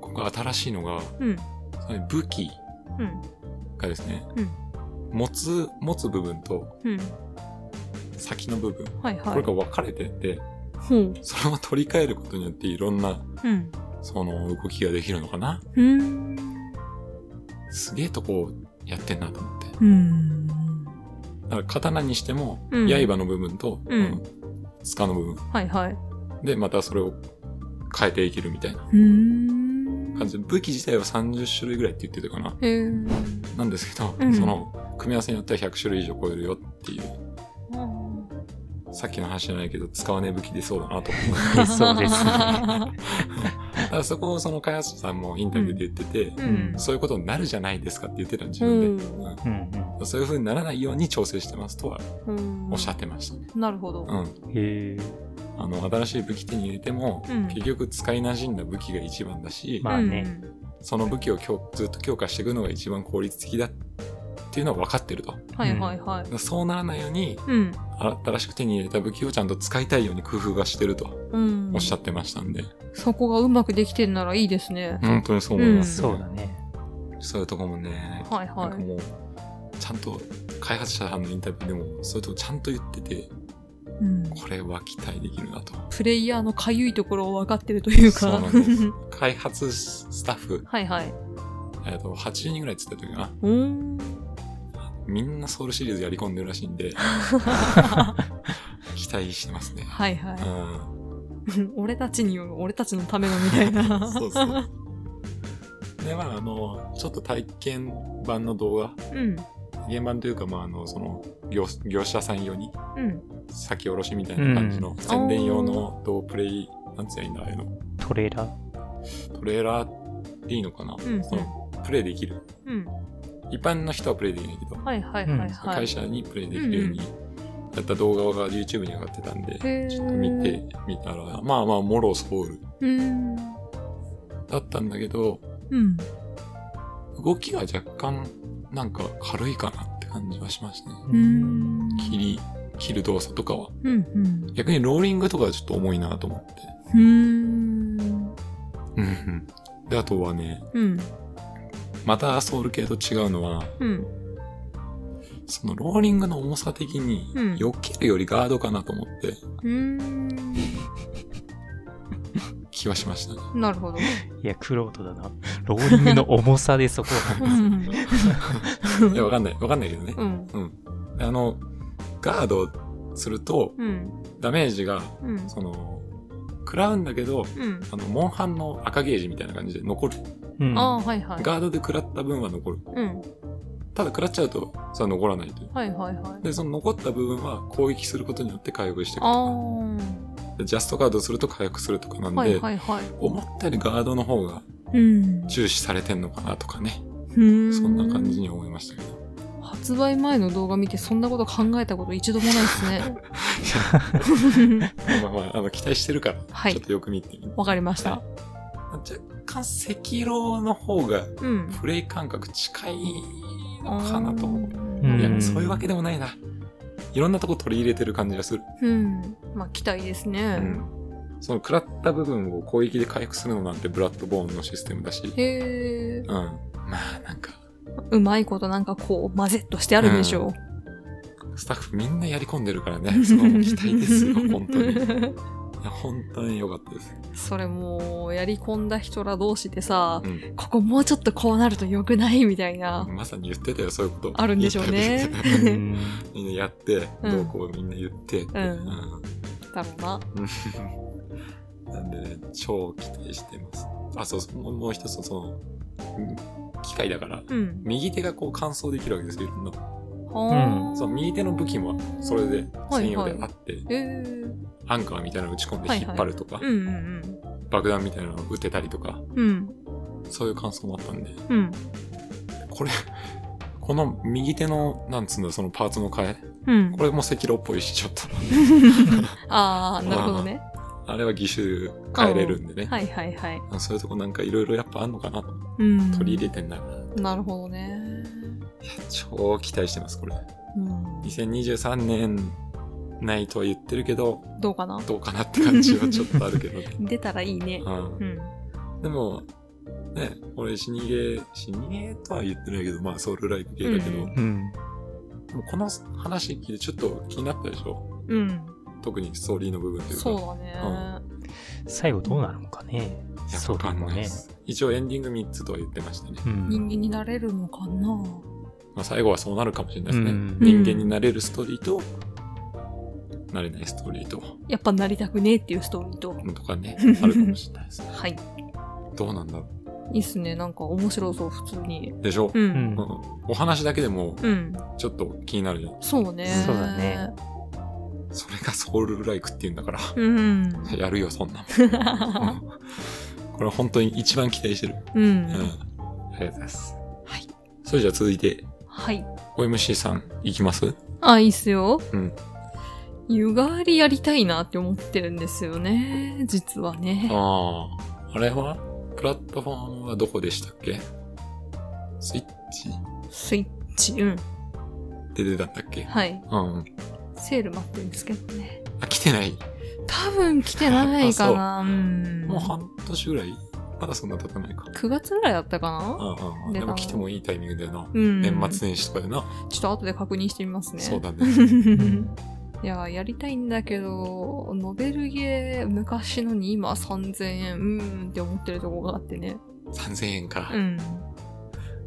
ここ新しいのが、
うん。
その武器
うん。
がですね、
うん
持つ、持つ部分と
うん。
先の部分、
はいはい。
これが分かれてて、
ほう。
それを取り替えることによっていろんな、
うん。
その動きができるのかな
うん。
すげえとこやってんなと思って。
うん。
だから刀にしても、
うん
刃の部分と、
うん
塚の部分
はいはい。
で、またそれを変えていけるみたいな
うん。
感じで、武器自体は30種類ぐらいって言ってたかな。
へえ。
なんですけど、
うん
その、組み合わせによっては100種類以上超えるよっていう、
うん
さっきの話じゃないけど、使わねえ武器出そうだな と思って。
えそうですね
だからそこをその開発者さんもインタビューで言ってて、
うん。
そういうことになるじゃないですかって言ってたの自分で、
う
うん
ん
うん
そういう風にならないように調整してますとは
うん
おっしゃってましたね。
なるほど。
うん。
うんへえ
あの、新しい武器手に入れても、
うん
結局使い馴染んだ武器が一番だし、
まあね
その武器を強ずっと強化していくのが一番効率的だっていうのは分かってると。だか
うん。はいはいはい。
らそうならないように、
うん。
あ新しく手に入れた武器をちゃんと使いたいように工夫がしてると
うん。
おっしゃってましたんで、
そこがうまくできてんならいいですね。
本当にそう思います、
そうだね
そういうとこもね、
はい
な
は
んかもう、ちゃんと開発者さんのインタビューでも、そういうとこちゃんと言ってて、
うん。
これは期待できるなと。
プレイヤーのかゆいところを分かってるというか。
そうなんです開発スタッフ、
はいはい。
えっと、80人ぐらいっつった時かな。
うーん。
みんなソウルシリーズやり込んでるらしいん で、期待してますね。
はいは
う
い。
ん。
俺たちによる、俺たちのためのみたい な。
そうそう。で、まあ、あの、ちょっと体験版の動画、
うん。
現場というか、まあ、あの、その、業業者さん用に、
うん。
先下ろしみたいな感じの、宣伝用の動プレイ、なんつうやいいんだ、あれの、
トレーラー。
トレーラーでいいのかな、
うん
その、プレイできる。
うん。
一般の人はプレイできないけど、
はいはいはいはい。
会社にプレイできるようにやった動画が YouTube に上がってたんで、
へー
ちょっと見てみたら、まあまあ、モロソウル
うーん。
だったんだけど、
うん。
動きが若干、なんか軽いかなって感じはしましたね。
うーん。
切り、切る動作とかは。
うんうん。
逆にローリングとかはちょっと重いなと思って。
うーん。
うんうんで、あとはね、
うん。
またソウル系と違うのは、
うん。
そのローリングの重さ的に
うん、
避けるよりガードかなと思って
うーん。
気はしましたね。
なるほど。
いや、クロートだな。ローリングの重さでそこは。
うん。
いや、わかんない。わかんないけどね
う。ん。
あの、ガードすると、
うん。
ダメージが、
うん。
その、食らうんだけど、
うん。
あの、モンハンの赤ゲージみたいな感じで残る。
うん
ああ、はいはい。
ガードで食らった分は残る。
うん。
ただ食らっちゃうと、それは残らないという。
はいはいはい。
で、その残った部分は攻撃することによって回復していく
ああ
と。か、でジャストガードすると回復するとかなんで、
はいはいはい。
思ったよりガードの方が
うん。
重視されてんのかなとかね、そ
そ
んな感じに思いましたけど。い
発売前の動画見てそんなこと考えたこと一度もない ですね。
やまあまあ、あの、期待してるから、
はい
ちょっとよく見てみて。
わかりました。
若干、赤狼の方が
うん。
プレイ感覚近いのかなと思う。
う
うん
いや、
ん。
そういうわけでもないな。いろんなとこ取り入れてる感じがする。
うん。まあ、期待です
う
ね。
ん。その食らった部分を攻撃で回復するのなんてブラッドボーンのシステムだし。
へ
う
え
ん。。まあなんか、
うまいことなんかこう、混ぜっとしてあるでしょ
スタッフみんなやり込んでるから
う。
ね。 その期待 ですよ、本当に。い
に。
や、本当に良かったです。
それもう、やり込んだ人ら同士でさ、
うん。
ここもうちょっとこうなると良くないみたいな。
まさに言ってたよ、そういうこと。
あるんでしょうね
インタビュ
う
ーで
ん
みんなやって、
うん
どうこうみんな言って。
んだろうな。
うんなんでね、超期待してます。あ、そうそう、もうもう一つ、その、うん機械だから、
うん。
右手がこう乾燥できるわけですよ、いろんな。
はあ
その右手の武器もそれで専用であって、
えー、
アンカーみたいなの打ち込んで
はいはい
引っ張るとか、
うんうん
爆弾みたいなのを打てたりとか、
うん。うん。
そういう感想もあったんで、
うん。
これ、この右手の、なんつうんだ、そのパーツの替え、
うん
こ。れも赤色っぽいし、ちょっと。
ああ、なるほどね。
あれは義手変えれるんでね。
はいはいはい。
そういうとこなんかいろいろやっぱあんのかなと
うん。
取り入れてんだから。いや
なるほどね。
超期待してます、これ。
うん。
2023年ないとは言ってるけど、
どうかな
どうかなって感じはちょっとあるけどね。
出たらいいね。
うん
うん。
でも、ね、俺死にゲー、死にゲーとは言ってないけど、まあソウルライク系だけど、
うん
うん。
でもこの話聞いてちょっと気になったでしょ
うん。
特にストーリーの部分というか。
そう
い
だね。
最後どうなるのかね。
や
そう
わ
だ
かんない
ね
で。す。一応エンディング3つとは言ってましたね。
うん。
人間になれるのかな
まあ最後はそうなるかもしれないですね。
うん
人間になれるストーリーと、なれないストーリーと、
やっぱなりたくねえっていうストーリーと。
とかね、あるかもしれない ですね。
はい。
どうなんだろ
いいっすね。なんか面白そう、普通に。
う。でしょ、
う
うん
うん
ん。
お話だけでも
うん。
ちょっと気になるじゃん。
そうね。
そうだね。
それがソウルライクっていうんだから。
うん。
やるよ、そんなもんこれ本当に一番期待してる。
うん
うん。。ありがとうございます。
はい。
それじゃあ続いて、
はい。
OMC さん、いきます
あ、いいっすよ。
うん。
湯替わりやりたいなって思ってるんですよね。実はね。
ああ。あれはプラットフォームはどこでしたっけスイッチ
スイッチ、うん。
で出たんだっけ
はい。
うん。
セール待ってるんですけどね。
あ、来てない。
多分来てないかな。うん。
もう半年ぐらいまだそんな経たないか。
9月ぐらいだった
う
かなん
うんうん。
出
で
た
も来てもいいタイミングだよな。
うん。
年末年始とかでな。
ちょっと後で確認してみますね。
そうだ
う
ね。
ん。 いや、やりたいんだけど、ノベルゲー昔のに今3000円、うーんって思ってるとこがあってね。
3000円か。
うん。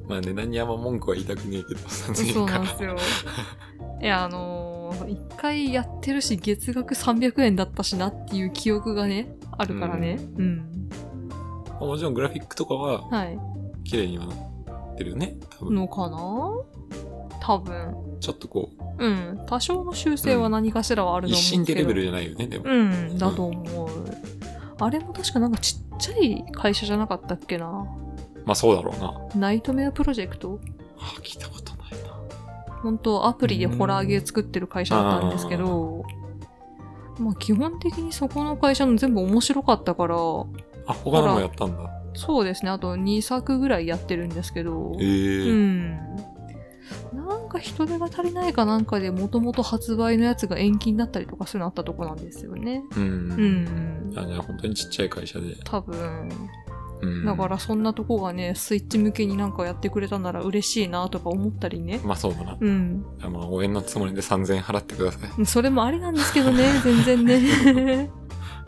まあ値段にあんま文句は言いたくねえけど、3000
そ
円
う
か。
なんですよ。 いや、あのー一回やってるし、月額300円だったしなっていう記憶がね、あるからね。
う
うん。
まあもちろんグラフィックとかは
はい。
綺麗にはなってるよね。多分。
のかな多分。
ちょっとこう、
うん。多少の修正は何かしらはあると
一
思う
心
け
で
ど。
レベルじゃないよね、でも。
うん、だと思う。あれも確かなんかちっちゃい会社じゃなかったっけな。
まあそうだろうな。
ナイトメアプロジェクト
あ聞いたことないな。
本当アプリでホラーゲー作ってる会社だったんですけど、まあ基本的にそこの会社の全部面白かったから、
あ、他のもやったんだ。
そうですね、あと2作ぐらいやってるんですけど、
ええ
う。ん。なんか人手が足りないかなんかでもともと発売のやつが延期になったりとかそういうのあったとこなんですよね。
う。
うんん。
あじゃあ本当にちっちゃい会社で。
多分。
うん。
だからそんなとこがね、スイッチ向けになんかやってくれたなら嬉しいなとか思ったりね。
まあそうだな。
うん。
まあ応援のつもりで3000円払ってください。
それもありなんです けどね、全然ね。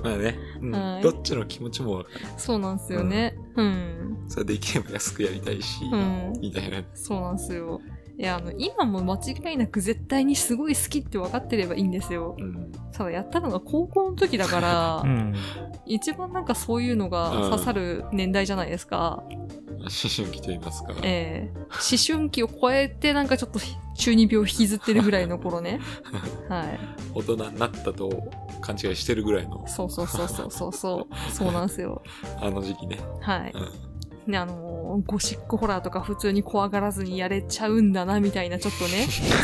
まあね、うん
はい
どっちの気持ちもわかる。
そうなんですよね。うん。
それできれば安くやりたいし、
うん。
みたいな。
そうなんですよ。いや、あの、今も間違いなく絶対にすごい好きって分かってればいいんですよ。
うん。
ただやったのが高校の時だか
う
ら、
ん。
一番なんかそういうのが刺さる年代じゃないですか。
思春期と言いますか。
ええ思春期を超えてなんかちょっと中二病を引きずってるぐらいの頃 ね。はい。
大人になったと勘違いしてるぐらいの、
そうそうそうそうそうそう。そうなんですよ。
あの時期ね。
はい。
う
ね、あのーゴシックホラーとか普通に怖がらずにやれちゃうんだな、みたいなちょっと ね、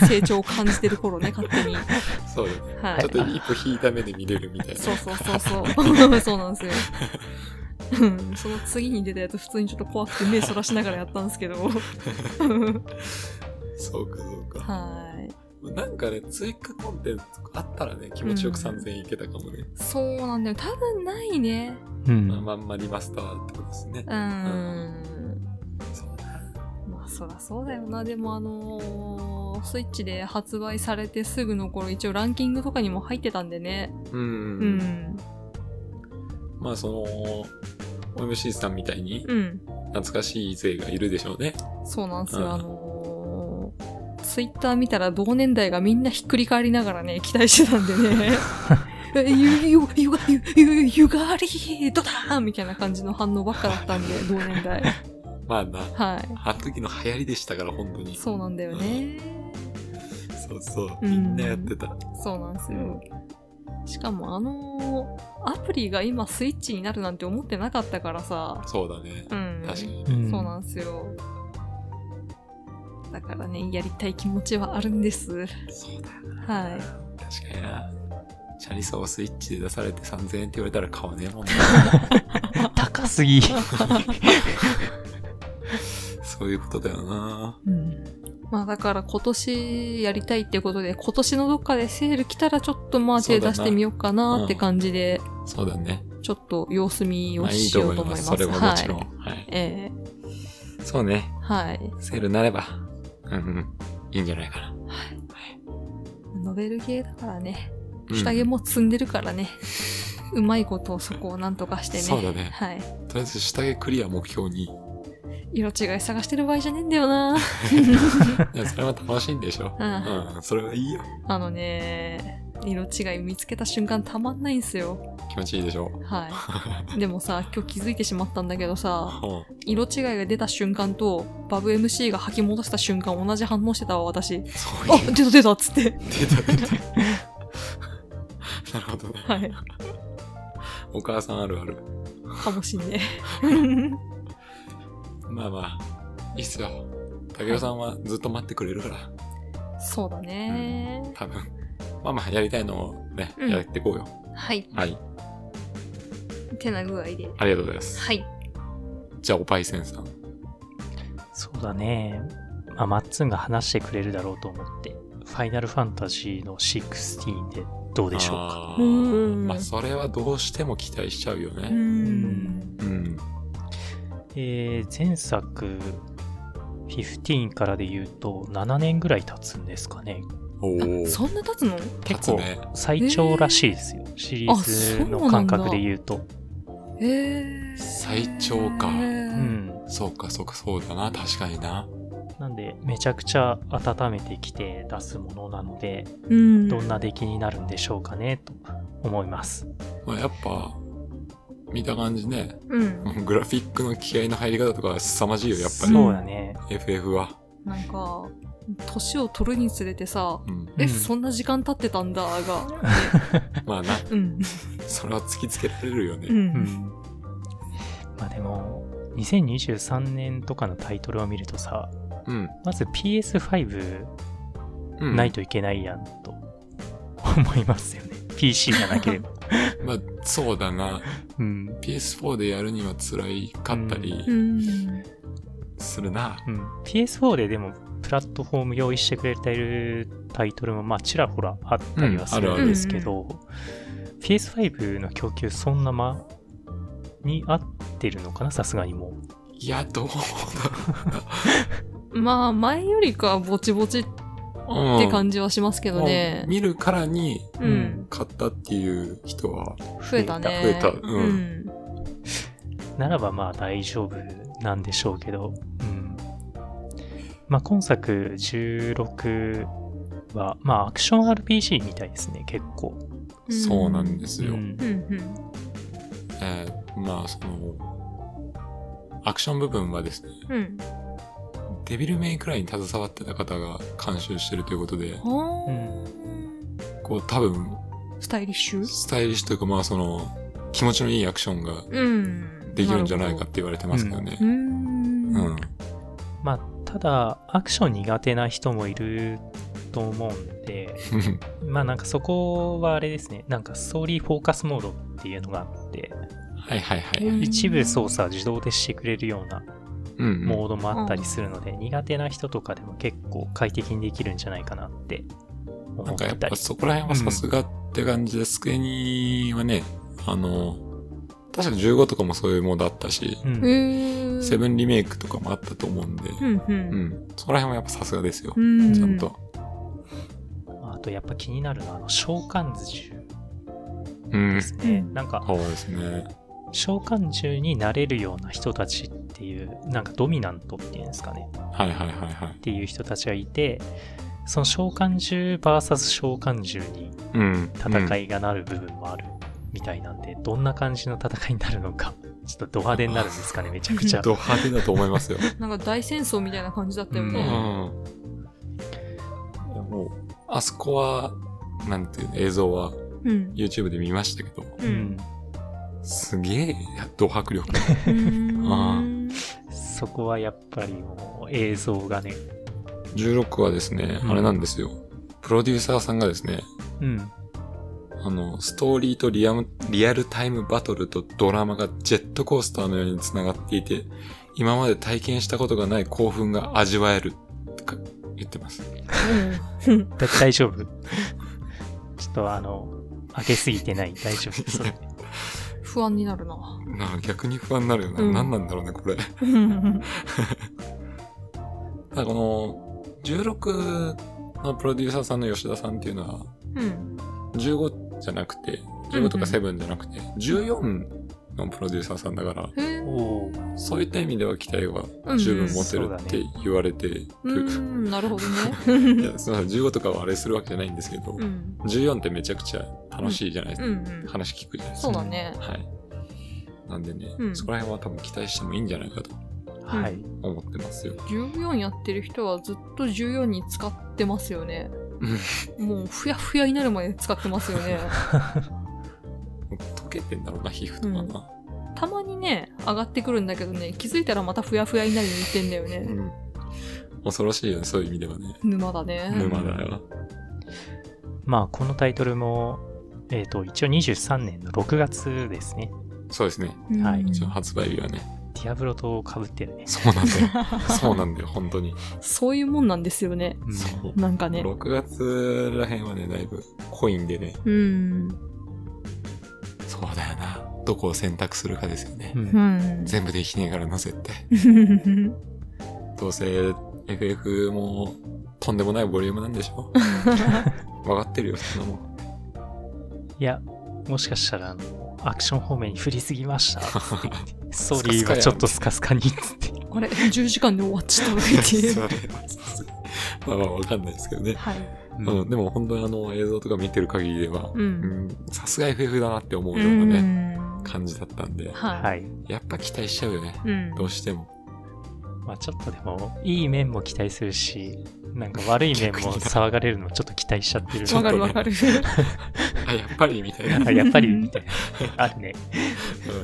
成長を感じてる頃ね、勝手に。は
ん。そうよね。
い。
ちょっと一歩引いた目で見れるみたいな。
そうそうそうそう。 そうなんですよ。うんその次に出たやつ普通にちょっと怖くて目そらしながらやったん ですけど。は
そうか、そうか。なんかね、追加コンテンツとかあったらね、気持ちよく3000円いけたかもね。
い。そうなんだよ。多分ないね。
う
まあ、
ん。
まんまリマスターってことですね
う。ん。
そうだ
まあそらそうだよな。でもあのースイッチで発売されてすぐの頃一応ランキングとかにも入ってたんでね。
うん。
うん。
まあ、その、OMC さんみたいに
うん。
懐かしい勢がいるでしょうね。
そうなんです
うん
よ。あのー、ツイッター見たら同年代がみんなひっくり返りながら ね、期待してたんでね。えゆ、ゆ、ゆが、ゆ、ゆ、ゆがり、ドターンみたいな感じの反応ばっかだっ たんで、同年代。
まあな、
は
あの時の流行りでしたから、本当
い。
に。そ
そうなんだよね。
うそう。
うん
みんなやってた。
そうなんですよ。しかもあのーアプリが今スイッチになるなんて思ってなかったからさ。
そうだね
う。ん。
確かに。
うん
そうなんですよ。だからね、やりたい気持ちはあるんです。
そうだよ
はい。
確かにな。チャリソースイッチで出されて3000円って言われたら買わねえもんね。
高すぎ。
そういうことだよな。
うん。
まあだから今年やりたいってことで、今年のどっかでセール来たらちょっとまあ
そう
手
だな
出してみようかなって感じで、
そうだね。
ちょっと様子見を
まあいい
し
と
よ
思
う
い
と思
ま
います。
す。それはもちろん。
はい。
はい。
ええ
そうね。
はい。
セールなれば。うんうん。いいんじゃないかな。
ノベルゲーだからね、
うん
下着も積んでるからね、うまいことをそこをなんとかしてね。
そうだね
はい。
とりあえず下着クリア目標に。
色違い探してる場合じゃねえんだ よな
いやそれは楽しいんでしょ。
うん
うん。それはいいよ。
あのね、色違い見つけた瞬間たまんないんすよ。
気持ちいいでしょ。
はい。でもさ、今日気づいてしまったんだけどさ、
うん。
色違いが出た瞬間と、バブ MC が吐き戻した瞬間同じ反応してたわ、私。
そう
あ
いう。
出た出たっつって。
出た出た。なるほどね。
はい。
お母さんあるある。
かもしんねえ。
まあまあ、いいっすよ。武雄さんはずっと待ってくれるから、
そうだね、
多分。まあまあ、やりたいのをね、
うん
やっていこうよ。
はい。
はい。
てな具合で。
ありがとうございます。
はい。
じゃあ、おパイセンさん。
そうだね。まあ、マッツンが話してくれるだろうと思って、ファイナルファンタジーの16でどうでしょうか。
あ
う
ー
ん
まあ、それはどうしても期待しちゃうよ
う
ね。
ん。
うん。
えー前作15からで言うと7年ぐらい経つんですかね。
おお。
あそんな経つの
立
結構
つね
最長らしいですよ、シリーズの感覚で言うと
えー、
最長か
う
うん、
ん
そうか、そうか、そうだな。確かにな。
なんでめちゃくちゃ温めてきて出すものなので
うん、
どんな出来になるんでしょうかねと思います
まあ、やっぱ、見た感じね、
うん、
グラフィックの気合の入り方とかは凄まじいよ、やっぱ
そうだね
り。FF は。
なんか年を取るにつれてさ
うん。
え、
うん
そんな時間経ってたんだが、
まあな、
うん、
それは突きつけられるよ
う、
ね。
うんん まあでも2023年とかのタイトルを見るとさ
うん。
まず PS5
うん。
ないといけないやんと思いま すよね PC がなければ
まあ、そうだな。
うん
PS4 でやるには辛いかった
う
り
ん、
するな。
うん、PS4 ででもプラットフォーム用意してくれてるタイトルもまあちらほらあったりはす
うんあ
る
るあ
ん
る
ですけど、PS5 の供給そんなまに合ってるのかなさすがにもう
いや、どう
まあ前よりかはぼちぼちっ
だろう。
て
じ
感じはしますけどね、
見るからに
うん
うん
買ったっていう人は、
増えたね
増えたうん
うん
ならばまあ大丈夫なんでしょうけど、うんまあ、今作16は、まあ、アクション RPG みたいですね結構、
そうなんですよ。
うん
うん
えーまあ、その、アクション部分はですね、
うんうん
デビルメイクライに携わってた方が監修してるということで、
はあ、
こう多分、
スタイリッシュ
スタイリッシュというか、まあその、気持ちのいいアクションが
うん
できるんじゃないか
な
って言われてますけどね
ほど。うん
うん。
まあ、ただアクション苦手な人もいると思うんでまあなんかそこはあれですねなんかストーリーフォーカスモードっていうのがあって
はいはいは
う
い。
ん
一部操作自動でしてくれるような
うん。
モードもあったりするので、苦手な人とかでも結構快適にできるんじゃないかなって
なん
思っ
か
て
やった
り
ぱそこら辺はさすがって感じで、スクエニはね、あの、確か15とかもそういうモードあったし、
うん
へー
セブンリメイクとかもあったと思うんで、
うんう
うんん。そこら辺はやっぱさすがですよ
う。ん
ちゃんと。
あとやっぱ気になるのはあの召喚獣
うん
で。すね、
うん
なんか
そうですね。
召喚獣になれるような人たちっていうなんかドミナントっていうんですかね
はいはいはいはい
っ。ていう人たちがいてその召喚獣 VS 召喚獣に
うん。
戦
い。
いがなる部分もあるみたいなんで、どんな感じの戦いになるのかちょっとド派手になるんですかねめちゃくち ゃ
ド派手だと思いますよ。
なんか大戦争みたいな感じだったよ
うん。い
ね、
やもう、あそこは、なんていうの映像は
うん
YouTube で見ましたけど、
う
うんん、
すげえ、ド迫力。
うん
そこはやっぱりもう映像がね
16はですね、
うん
あれなんですよ。プロデューサーさんがですね、
うん
あの、ストーリーとリアムリアルタイムバトルとドラマがジェットコースターのように繋がっていて、今まで体験したことがない興奮が味わえる、とか言ってます。
うん
だ大丈夫 ちょっとあの上げすぎてない大丈夫です
不安になるな
なあ逆に不安になるよね。
うん
何なんだろうね、これ。た
うん
だこの、16のプロデューサーさんの吉田さんっていうのは、
うん
15じゃなくて、15とか7じゃなくて、14のプロデューサーさんだから、
へー
おー
そういった意味では期待は
うん
十分持てるって言われてる。
うんなるほどね
いや、すみません、15とかはあれするわけじゃないんですけど、
うん
14ってめちゃくちゃ楽しいじゃないです
う
か。
んうん
話聞くじゃないです
そ
か。
うだね
はい。なんでね、
うん
そこら辺は多分期待してもいいんじゃないかと
はい、
思ってますよ。
14やってる人はずっと14に使ってますよねもうふやふやになるまで使ってますよね
溶けてんだろうな、皮膚とかな。
たまにね上がってくるんだけどね気づいたらまたふやふやになりに行ってんだよ
う
ね
ん。恐ろしいよね、そういう意味ではね。
沼だね、
ん
沼だよ。
まあこのタイトルもえっ、と一応23年の6月ですね
そうですね。
うん
はい
一応発売日はね。
ディアブロと被ってるね、
そうなん だよ。そうなんだよ、本当に。
そういうもんなんですよね
うん
そう。
なんかね
6月らへんはね、だいぶ濃いんでね。
うん
そうだよな。どこを選択するかですよね。
う
うんん
全部できねえからな、絶対。
うん
どうせ FF もとんでもないボリュームなんでし ょわかってるよ、そんなもん。
いや、もしかしたら、あの、アクション方面に振りすぎま した。つって言ってストーリーはちょっとスカスカに。つって。
あれ、10時間で終わっちゃった の
そ
?ATM。
れまあまあわかんないですけどね。
はい。
うんでも本当にあの映像とか見てる限りでは、
うん。
うんさすが FF だなって思う
う
ようなね、
ん。
感じだったんで、
は。
はいい。
やっぱ期待しちゃうよね。
うん。
どうしても。
まあちょっとでも、いい面も期待するし、なんか悪い面も騒がれるのちょっと期待しちゃってる。
わかるわかる。
あ、やっぱりみたいな。
あやっぱりみたいな。あるね。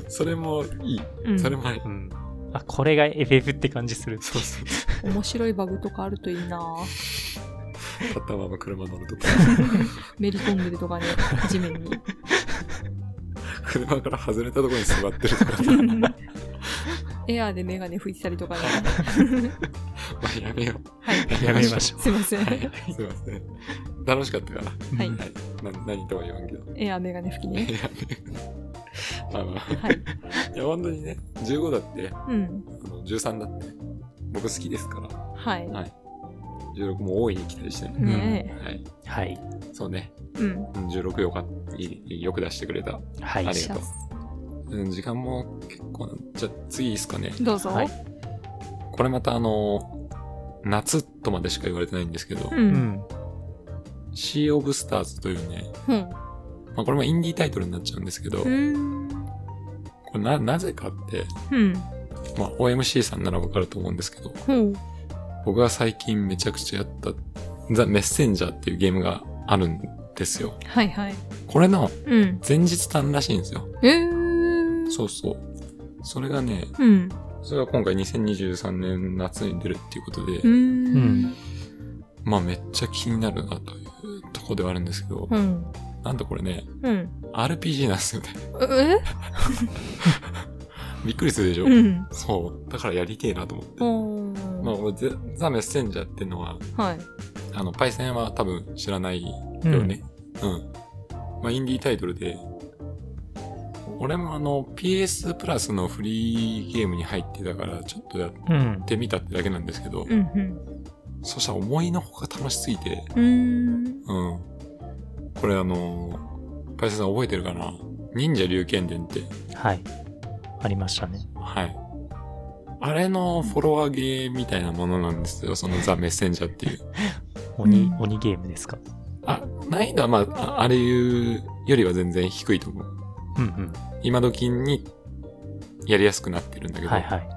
うんそれもいい。
うん
それもあり
う。ん。あ、これが FF って感じする。
そうそう。
面白いバグとかあるといいな
立ったまま車乗る とか、
めり込んでるとかね、地面に。
車から外れたところに座ってると か、
エアーでメガネ拭いてたりとかね。
まあやめよ
は
う。
い。
やめましょ
すいません。
はいすいません。楽しかったから。
う。
はい
な何とは言わんけど。
エアーメガネ拭き
いや
ね。
まあま
はい。
あ。いや、本当にね、15だって、
うん。
あの13だって、僕好きですから、
はい。
はい。16も大いに期待してね。
ね
はい。
はい。
そうね。
え。うん。
うん16よかった。いいよく出してくれた。
はい。
あり
シ
が
ャ
とうん、時間も結構な、じゃあ次いいですかね。
どうぞ。
はい
これまたあの、夏とまでしか言われてないんですけど、
う。
うんん。
シー・オブ・スターズというね、
うん。
まあ、これもインディータイトルになっちゃうんですけど、
うん。
これな、なぜかって、
うん。
まあ、OMC さんならわかると思うんですけど、
うん。
僕が最近めちゃくちゃやった、ザ・メッセンジャーっていうゲームがあるんですよ。
はいはい。
これの
うん。
前日短らしいんですよ。
えー。
そうそう。それがね、
うん。
それが今回2023年夏に出るっていうことで、
うん。
まあめっちゃ気になるなというとこではあるんですけど、
うん。
なんとこれね、
うん。
RPG なんですよね。
え
びっくりするでしょ、
うん。
そう。だからやりてえなと思って。
おー
まあ、俺ザ・ザメッセンジャーっていうのは、
はい。
あの、パイセンは多分知らないよ
うん
ね。うん。まあ、インディータイトルで、俺もあの、PS プラスのフリーゲームに入ってたから、ちょっとやっ
うん。
てみたってだけなんですけど、
うん。
そしたら思いのほか楽しすぎて、
うん。
うん。これあの、パイセンさん覚えてるかな忍者龍剣伝って、
はい。ありましたね。
はい。あれのフォロワーゲーみたいなものなんですよ、そのザ・メッセンジャーっていう。
鬼、
うん
鬼ゲームですか。
あ、難易度はまあ、ああれいうよりは全然低いと思う。
うん
今時にやりやすくなってるんだけ
うん。
ど、
はいはい。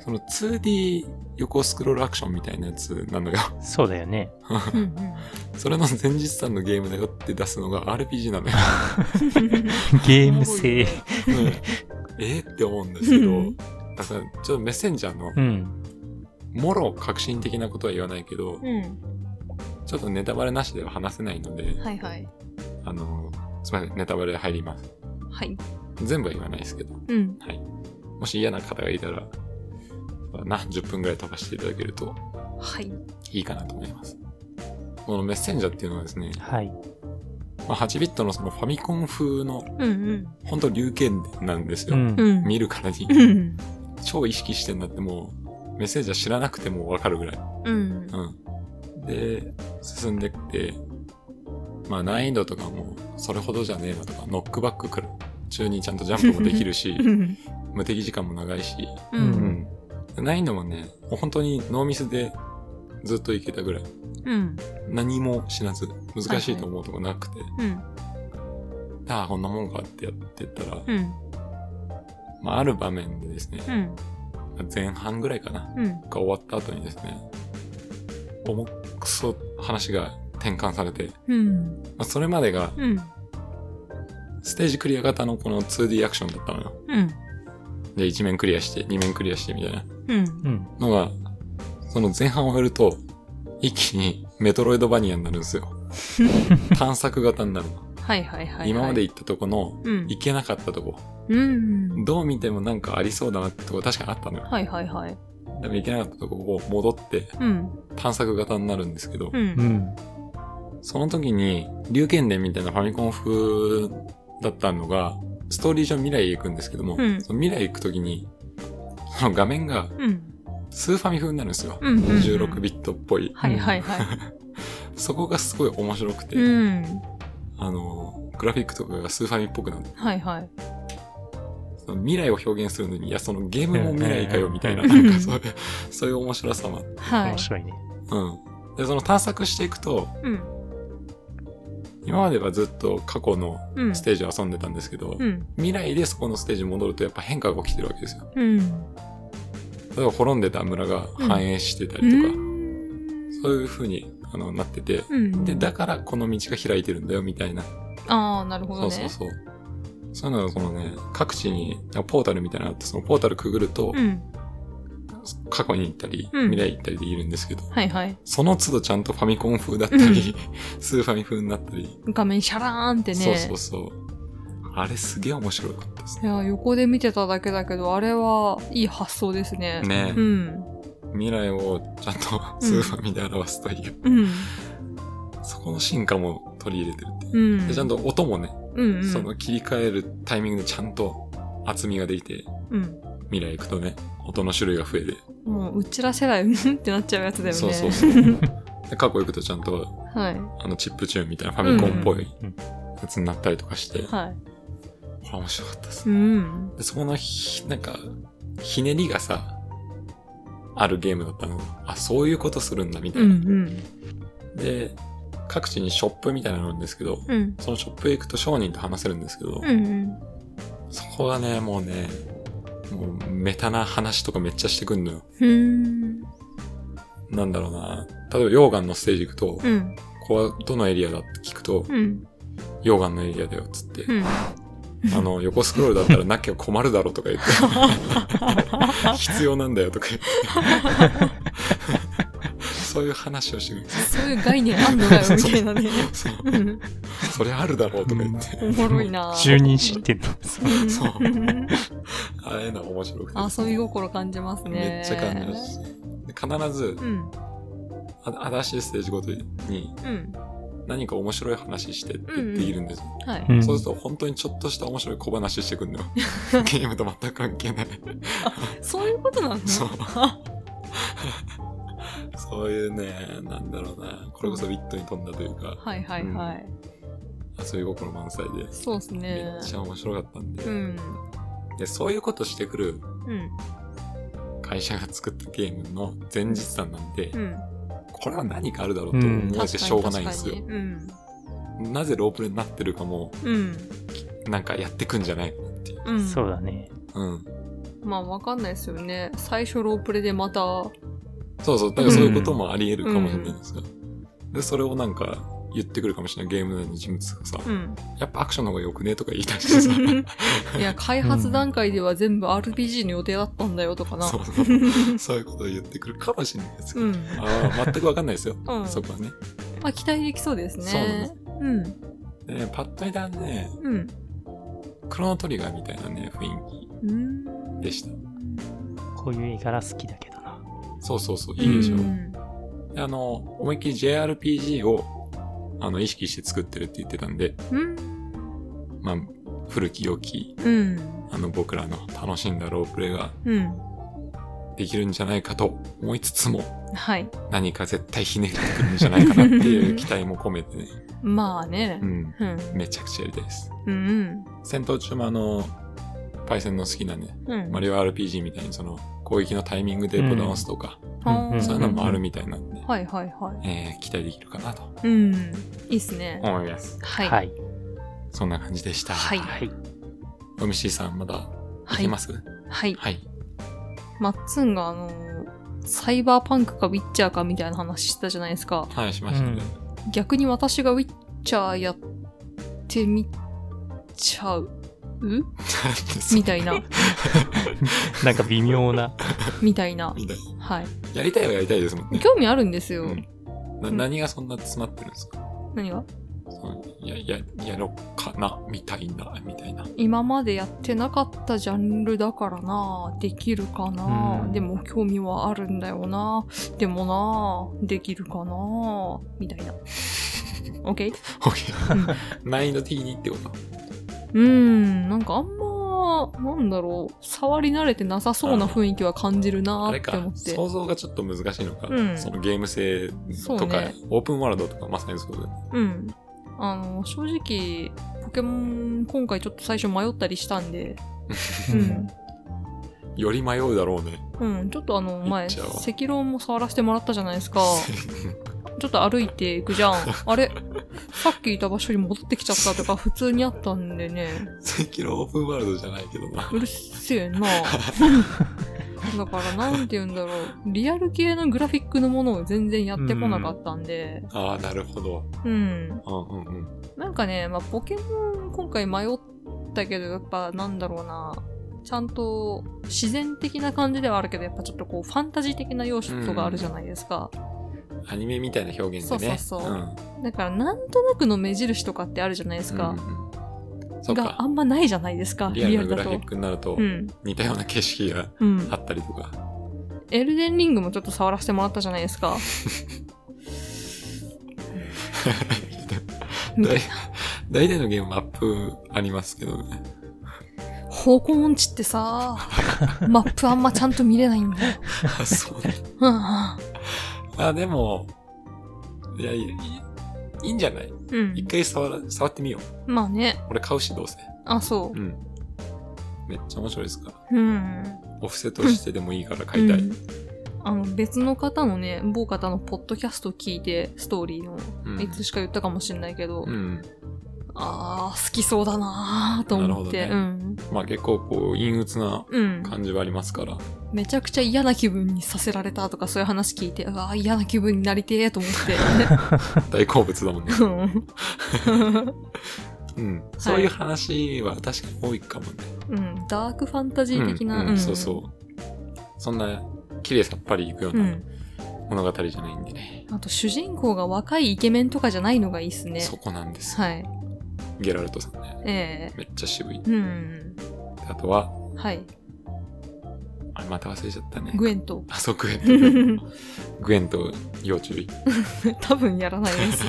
その 2D 横スクロールアクションみたいなやつなんだけど、
そうだよね。
うん。
それの前日さんのゲームだよって出すのが RPG なのよ。
ゲーム性。
うんえーって思うんですけ
う
ど
ん、
だからちょっとメッセンジャーの
う、ん。
もろ革新的なことは言わないけど、
うん。
ちょっとネタバレなしでは話せないので、
はいはい。
あの、すみません、ネタバレ入ります。
はい。
全部は言わないですけど、
うん。
はい。もし嫌な方がいたら、そうだな、10分ぐらい飛ばしていただけると
はい。
いいかなと思います。このメッセンジャーっていうのはですね、
はい。
まあ、8ビットのそのファミコン風の、
うん
ほんと龍剣伝なんです
う
よ。
ん
うん。。うん。
見るからに
う、ん。
超意識してんだってもう、メッセンジャー知らなくてもわかるぐらい。
うん。
うん。で、進んでって、まあ難易度とかもそれほどじゃねえなとか、ノックバックくる中にちゃんとジャンプもできる し、
うん。
無敵時間も長いし、
う。
うんん。難易度もね、もう本当にノーミスでずっといけたぐらい。
うん。
何も死なず、難しいと思うとこなくて、
うん。
ああ、こんなもんかってやってったら、
うん。
まあ、ある場面でですね、
うん。
前半ぐらいかな、
うん。
が終わった後にですね、重くそ話が転換されて、
うん。
まあ、それまでが
うん。
ステージクリア型のこの 2D アクションだったのよ。
うん。
で、1面クリアして、2面クリアしてみたいな
うん。
うん。
のが、その前半を終えると、一気にメトロイドバニアになるん ですよ。探索型になるの。
はいはいはい。
今まで行ったとこの、
うん。
行けなかったとこ。
うん。
どう見てもなんかありそうだなってとこ確かにあったのよ。
はいはいはい。
でも行けなかったとこを戻って
うん。
探索型になるんですけど
う、。
うんん。
その時に、龍剣伝みたいなファミコン風だったのが、ストーリー上未来へ行くんですけども、
うん
その未来へ行く時に、その画面が
うん。
スーファミ風になるんですよ。
うんうんうん
16ビットっぽい。
はいはいはい。
そこがすごい面白くて、
うん。
あの、グラフィックとかがスーファミっぽくなって、
はいはい。
その未来を表現するのに、いや、そのゲームも未来かよ、みたいな、
うん
なんかそういう、そういう面白さもあって
はい
面。白いね。
うん。で、その探索していくと、
うん。
今まではずっと過去の
うん。
ステージを遊んでたんですけど、
うん。
未来でそこのステージに戻るとやっぱ変化が起きてるわけですよ。
うん。
例えば滅んでた村が繁栄してた
う
りとか、
ん。
そういう風にあのなってて、
うん。
で、だからこの道が開いてるんだよみたいな。
ああ、なるほど
そ
ね。
うそうそう。そういうのがそのね、各地にポータルみたいなのがあって、そのポータルくぐると、
うん。
過去に行ったり、
うん
未来行ったりできるんですけど、
はいはい。
その都度ちゃんとファミコン風だったり、 スーファミ風になったり、
画面シャラーンってね。
そうそうそう。あれすげえ面白かったですね。
いや、横で見てただけだけど、あれはいい発想ですね。
ね
う、ん。
未来をちゃんとスーファミで表すという、
うん。
そこの進化も取り入れてるっていう。
うん。
でちゃんと音もね、
うん、うん。
その切り替えるタイミングでちゃんと厚みができて、
うん。
未来行くとね、音の種類が増えて、
もう、うちら世代、うんってなっちゃうやつだよね。
そうそう そう。で過去行くとちゃんと、
はい。
あの、チップチューンみたいなファミコンっぽい
うん
やつになったりとかして、こ
は
れ面白かったです
い。う
ね。
ん。
でそこのひ、なんか、ひねりがさ、あるゲームだったの。あ、そういうことするんだ、みた
う
いな。
ん
で、各地にショップみたいなのあるんですけど、
うん。うん。
そのショップへ行くと商人と話せるんですけど、
うんうん。
そこがね、もうね、もうメタな話とかめっちゃしてくんのよ。
うん。
なんだろうな。例えば溶岩のステージ行くと、
うん。
ここはどのエリアだって聞くと、
うん。
溶岩のエリアだよっつって、
うん。
あの、横スクロールだったらなきゃ困るだろとか言 って、必要なんだよとか言って、そういう話をしてくるんです
そういう概念あんのかよ、みたいなね。
そう
うん。
それあるだろうとか言って、
おもろいな
住人知ってんの。
うん
そうんああいうのは面白くて、
遊び心感じますね。
めっちゃ感じます。で必ず
う、ん。
あ新しいステージごとに
うん。
何か面白い話してってできるんですよ。
はい。
うん
そうすると本当にちょっとした面白い小話して くんのよ。ゲームと全く関係ない。
そういうことなの
そう。そういうね、なんだろうな。これこそウィットに飛んだというか、
はいはいはい。
遊び心満載で、
そうです
め
ね
っ。ちゃ面白かったんで,、
うん。
で。そういうことしてくる
うん。
会社が作ったゲームの前日談なんで、
うん。
これは何かあるだろうと
うん
思っ
確か
て
に
しょうがないんですよ
確。かにうん。
なぜロープレになってるかも、
うん。
なんかやってくんじゃないかなっていう。
うん。
そうだね。
うん。
まあ、わかんないですよね。最初ロープレでまた、
そうそう、だからそういうこともあり得るかもしれないですよ。で、それをなんか言ってくるかもしれないゲーム内の人物がさ、
うん。
やっぱアクションの方が良くねとか言い出してさ、
いや、開発段階では全部 RPG の予定だったんだよとかな。
そうそうそういうことを言ってくるかもしれないですけ
う
ど、
ん。
ああ全くわかんないですよ、
うん
そこはね。
まあ、期待できそうですね。
そうなんです
うん。
でね、パッと見たらね、
うん。
クロノトリガーみたいなね、雰囲
うん。
気でした。
こういう絵柄好きだけどな。
そうそうそう、いいでしょ。
うん
であの、思いっきり JRPG をあの意識して作ってるって言ってたんで、
うん。
まあ、古き良き、
うん。
あの僕らの楽しんだロープレイが
うん。
できるんじゃないかと思いつつも、
はい。
何か絶対ひねってくるんじゃないかなっていう期待も込めてね、
まあね
う。ん、
うん。
めちゃくちゃやりたいです。
うん。
戦闘中もあの、パイセンの好きなね、
うん。
マリオ RPG みたいにその攻撃のタイミングでボタンを押すとか、
あー
ん
そういうのもあるみたいなんで、
はいはいは
えー期待できるかなと
い。うん。いいっすね。
思います。
はい。
はい。
そんな感じでした。
はい
はい。
おみしーさんまだい
は
け
い
ま。す、はい、
はい。マッツンが、あのー、サイバーパンクかウィッチャーかみたいな話したじゃないですか。
はい、しました ね。
逆に私がウィッチャーやってみちゃう みたいな。
なんか微妙な。
みたいな。
みたい
はい。
やりたいはやりたいですもんね。
興味あるんですよ。
うんな何がそんな詰まってるんですか
何が
そのや、や、やろっかな、みたいな、み たいな。
今までやってなかったジャンルだからなできるかな、
うん
でも興味はあるんだよなでもなできるかなみたいな OK?
難易度的にってこと
うんなんかあんまは、なんだろう、触り慣れてなさそうな雰囲気は感じるな
あ
ー
れ
って思
か
っ、て。
想像がちょっと難しいのか、
うん
そのゲーム性とか、
そうね
オープンワールドとかまさにそうだよね。
うん。あの、正直、ポケモン、今回ちょっと最初迷ったりしたんで、うん
より迷うだろうね。
うん、ちょっとあの、
い
前、
っちゃおう
赤狼も触らせてもらったじゃないで すか。ちょっと歩いていくじゃん。あれさっきいた場所に戻ってきちゃったとか、普通にあったんでね。
最近のオープンワールドじゃないけどな。
うる せえなだからなんて言うんだろうリアル系のグラフィックのものを全然やってこなかったんで
ああ、なるほど。
うん、
うんうんうん。
なんかね、まあ、ポケモン今回迷ったけどやっぱなんだろうなちゃんと自然的な感じではあるけどやっぱちょっとこうファンタジー的な要素があるじゃないですか、
アニメみたいな表現でね。
そうそうそうん
ん
だからなんとなくの目印とかってあるじゃないですか、
うんそう
があ
か。
んまないじゃないですかリ
リア
ア
ル
ル
なグ
だ
ラフィ
と
ックになると
う、ん
似たような景色が
うん
あったりとか。
エルデンリングもちょっと触らせてもらったじゃないですか 見て
大大体のゲームマップありますけど ね。
方向音痴っ てさ、マップあんまちゃんと見れないんだよ。
あそうね
うんうん
あ、でも、いや、いいいいんじゃない
うん
一。回触ら触ってみよう。
まあね。
俺買うし、どうせ。
あ、そうう。
ん。めっちゃ面白いですから。
うん。
オフセとしてでもいいから買いたい。
う
うんん。
あの、別の方のね、某方のポッドキャスト聞いて、ストーリーの、いつしか言ったかもしれないけど、
うん。
あー、好きそうだなーと思って、
なる
う
ほ
ん。
まあ結構こう、陰鬱な
うん。
感じはあります から。
めちゃくちゃ嫌な気分にさせられたとかそういう話聞いて、うわー嫌な気分になりてーと思 っ
大好物だもんね。
て。うん
うん。そういう話は確かに多いかもね。
うん。ダークファンタジー的な。
うんうん、そうそう。そんな、綺麗さっぱりいくよう
う。
なん物語じゃないんでね。
あと主人公が若いイケメンとかじゃないのがいいっすね。
そこなんです。
はい。
ゲラルトさんね。
え
めっちゃ渋い
え。うん。
あとは、
はい。
あれまた忘れちゃったね。
グエン
。
と
あ、そう、グエン ト。グエント、要注意。
多分やらないです。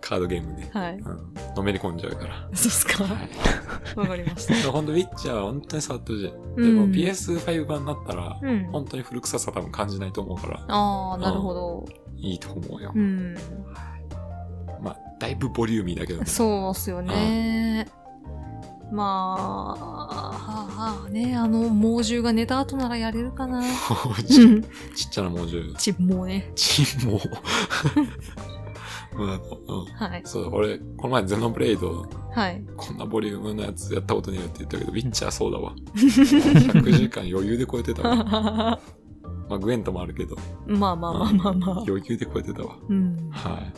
カードゲームね。
はい。
うん。のめり込んじゃうから。
そうっすか。
はい。
わかりました。
でもほんと、ウィッチャーは本当に触ってるじゃん。で
うん
も PS5 版になったら、
うん。
本当に古臭さ多分感じないと思うから、
ああ、なるほど。
いいと思うよ
う。ん。
まあ、だいぶボリューミーだけどね。
そうっすよね。まあ、はあ、はあ、ね、あの、猛獣が寝た後ならやれるかな。うん。
ちっちゃな猛獣。
ち、もうね。
ちんも。 もう なんかうん。
はい。
そうだ、俺、この前ゼノブレイド、
はい。
こんなボリュームのやつやったことねえよって言ったけど、ウィッチャーそうだわ。100時間余裕で超えてた わ。
ま
まあ、グエントもあるけど、
あまあまあまあまあ。
余裕で超えてたわ。
うん。
はい。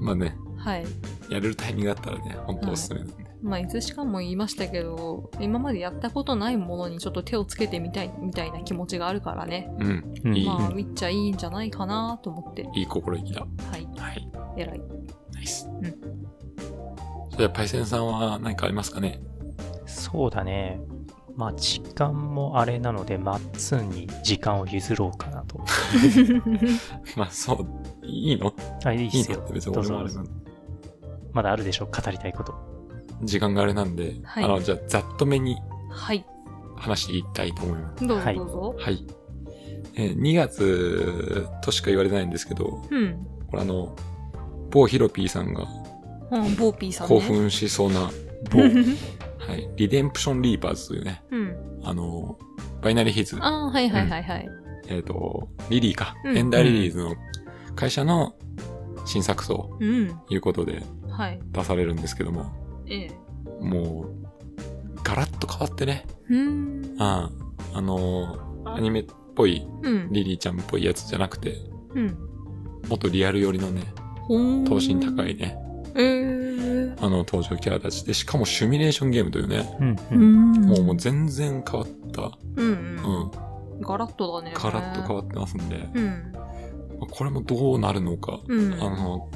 まあね、
はい。
やれるタイミングがあったらね、ほんとおすすめなんで。
まあ、いつしかも言いましたけど、今までやったことないものにちょっと手をつけてみたい、みたいな気持ちがあるからね。
うん。
うん
いい
まあ、ウィッチャーいいんじゃないかなと思って。
いい心意気だ。
はい。
はい。
偉い。
ナイス。
ん
じゃあ、パイセンさんは何かありますかね
そうだね。まあ、時間もあれなので、マッツンに時間を譲ろうかなと。
まあ、そう、いいの
あ、いいっ
いい
す
のっ
よ
て。別に
どう
俺
ぞ
もあれなんで
まだあるでしょ語りたいこと。
時間があれなんで、
はい
あの、じゃあ、ざっとめに
はい。
話していきたいと思います。
どうぞ
はい
どうぞ。
はい。えー2月としか言われてないんですけど、
うん。
これあの、某ヒロピーさんが
うん、ボーピーさんね。
興奮しそうな、某、はい、リデンプションリーパーズというね、
うん。
あの、バイナリーヒーズ、
ああ、はいはいはいはい。
えっ、と、リリーか、
うん
エンダーリリーズの会社の新作と
うん。
いうことで
はい。
出されるんですけども、
ええ。
もう、ガラッと変わってね、
うーん。
ああの、アニメっぽい
うん。
リリーちゃんっぽいやつじゃなくて、
うん。
もっとリアル寄りのね、
ほーん。
等身高い。ね、
ええ。
あの登場キャラたちで、しかもシミュレーションゲームというね、
うん、
う。
うんん。
もうも
も
う全然変わった、
うん
う
うん
ん、
うん。ガラッとだね。
ガラッと変わ
わ
ってますんで、ま
うん。
あこれもどうなるのか、
うん
あの、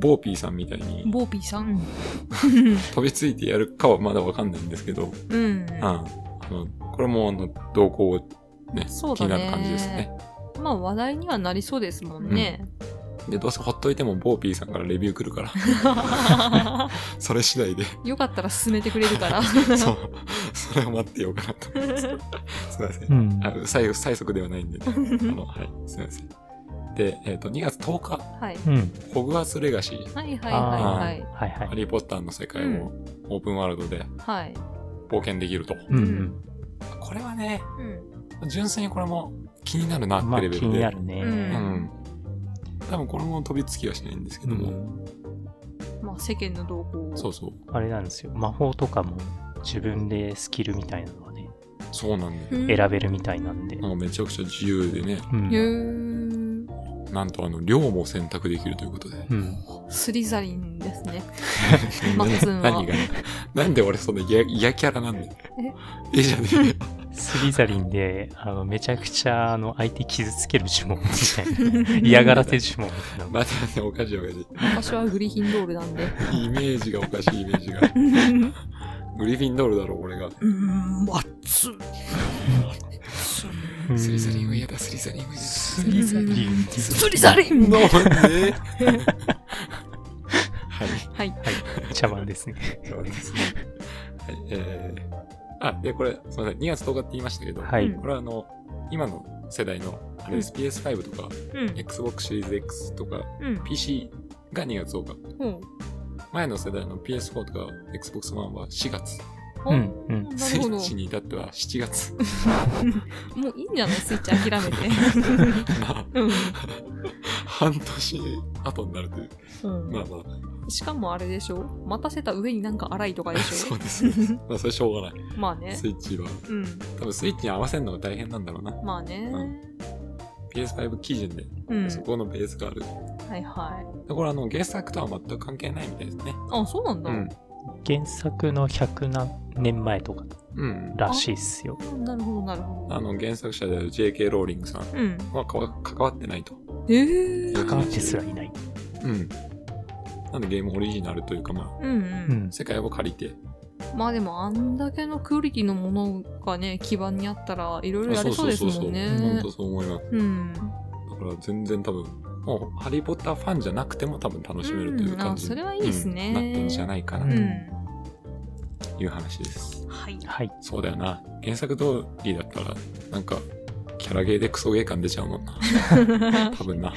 ボーピーさんみたいに
ボーピーさん。
飛びついてやるかはまだわかんないんですけど、うん、
うん。
あのこれもあの動向ね、
そう
気
だ
に
ね
なる感じですね。
まあ話題にはなりそうですもんね。
で、どうせほっといてもボーピーさんからレビュー来るから、それ次第で、
よかったら進めてくれるか ら。
そう、それを待ってようかなと思います。すいません
う。ん。
あ最最速ではないんでね、あの、はい、すいません。で、えっ、と、2月10日、
はい。
うん。
ホグワーツレガシー、
はいはいは
あ
いはい。
はいは
ハ
い。
リー・ポッターの世界をオープンワールドで
はい。
冒険できると。
うんうん。
これはね、
うん。
純粋にこれも気になるなって
まあ
レベ
気
ル
に
で。
なるね。
うん
うん。多分これも飛びつきはしないんですけども。
まあ世間の動向を。
そうそう。
あれなんですよ。魔法とかも自分でスキルみたいなのはね、
そうなんだよ。
うん。
選べるみたいなんで。
なんかめちゃくちゃ自由でね、
うん。
へ
う
ー
なんとあの、量も選択できるということで。
ん。
スリザリンですね。マッツンは
何がなんで俺そんな嫌嫌キャラなんだよ。えじゃねえよ。
スリザリンで、あの、めちゃくちゃ、あの、相手傷つける呪文みたい な。嫌がらせ呪文みたいなのが。
待って待って、おかしいおかし
私はグリヒンドールなんで。
い。イメージがおかしい、イメージが。
うん
グリフィンドールだろ、俺が。
うん、マッツン。
スリザリンは嫌だ、スリザリンは嫌だ。
ス
ス
リ
リ
ザ
ザリン。
リン。
スリザリン
のね。はい。
はい。
茶番ですね。
そうですね。はい。えー、あ、で、これ、すみません。2月10日って言いましたけど、
は
う
い
ん。
これはあの、今の世代の、あれです、PS5 とか、
うん。
Xbox シリーズ X とか、
うん。
PC が2月10日。
ほう
前の世代の PS4 とか Xbox One は4月。
ほ
う。
うん
うん。
な
ス
る
イ
ほ
ッ
ど。
チに至っては7月。
もういいんじゃないスイッチ諦めて。
まあ、
うん
半年後になるという。
うん
まあま
しかもあれでしょ待たせた上になんか荒いとか
あ、
でし
そ
ょ
うですね。まあ、それしょう がない。
まあね
ス。イッチは。
うん。
多分スイッチに合わせるのが大変なんだろうな。
まあね。
PS5 基準で、
うん。
そこのベースがある。
はいはい。
でこれあの、原作とは全く関係ないみたいですね。
あ、そうなんだ。
うん。
原作の100何年前とか
うん。
らしいっすよ。
あなるほど、なるほど。
あの、原作者である JK ローリングさん
うん。
はかわ関わってないと。
えー。
うん
関わってすらいない。
うん。なんでゲームオリジナルというか、ま
うんう
う
ん。
ん
あ、。世界を借りて、
まあでも、あんだけのクオリティのものがね、基盤にあったら、いろいろやれそうですもん
本
ね
当。そう思います。
うん。
だから全然多分、もう、ハリー・ポッターファンじゃなくても多分楽しめるという感じ
うんあそれはいいですね
うんなってんじゃないか
う
なと
ん。
いう話です。
はい。
はい。
そうだよな。原作通りだったら、なんか、キャラゲーでクソゲー感出ちゃうもんな。 多分な。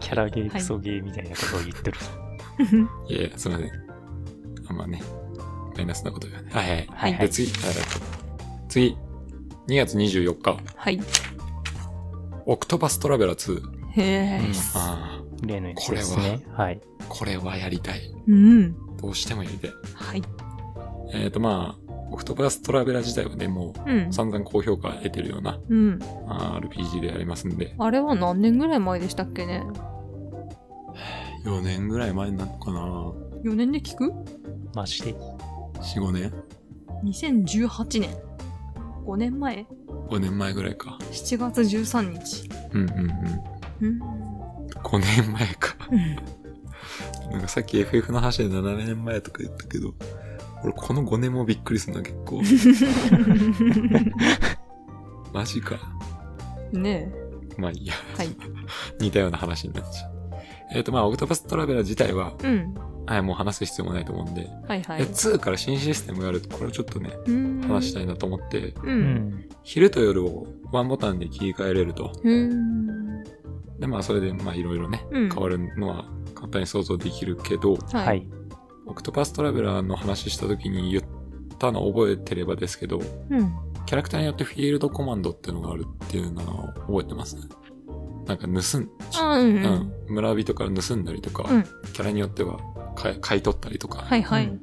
キャラゲー、クソゲーみたいなことを言ってる。
いやいや、すみません。あんまね、マイナスなこと言わない。はいはい。
は
で、
い
次、あ次、2月24日、
はい。
オクトパストラベラー2。
へえ。
ああ、
例のやつですね。はい。
これはやりたい。
うん。
どうしてもやりたい。
はい。
えっ、と、まあ、オクトパストラベラー自体はね、も
うん
う。散々高評価得てるような、
うん。
まあ RPG でありますんで。
あれは何年ぐらい前でしたっけね
4年ぐらい前になるのかな
?4 年で聞く
マジで。
?4、5年
?2018 年。5年前
?5 年前ぐらいか。
?7 月13日。
うんうんうん。
うん。
5年前か。 なんかさっき FF の話で7年前とか言ったけど、俺この5年もびっくりするな、結構。 マジか。
ね
まあいいや。
はい。
似たような話になっちゃう。えっ、とまあ、オクトパストラベラー自体は、
え。うん。
はい、もう話す必要もないと思うんで、
はいは
え
い。
2から新システムがあると、これをちょっとね、話
話
した
い。
いなと思って、
う。
うんん。
昼と夜をワンボタンで切り替えれると。
へん。
で、まあ、それで、まあ、いろいろね、
うん
変わるのは簡単に想像できるけど、
は
はいい。。
オクトパストラベラーの話した時に言ったの覚えてればですけど、
うん。
キャラクターによってフィールドコマンドっていうのがあるっていうのは覚えてますなんか盗ん、
あうん
う、
うんん。
村人から盗んだりとか、
うん
キャラによっては買い買い取ったりとか、
はいはい。う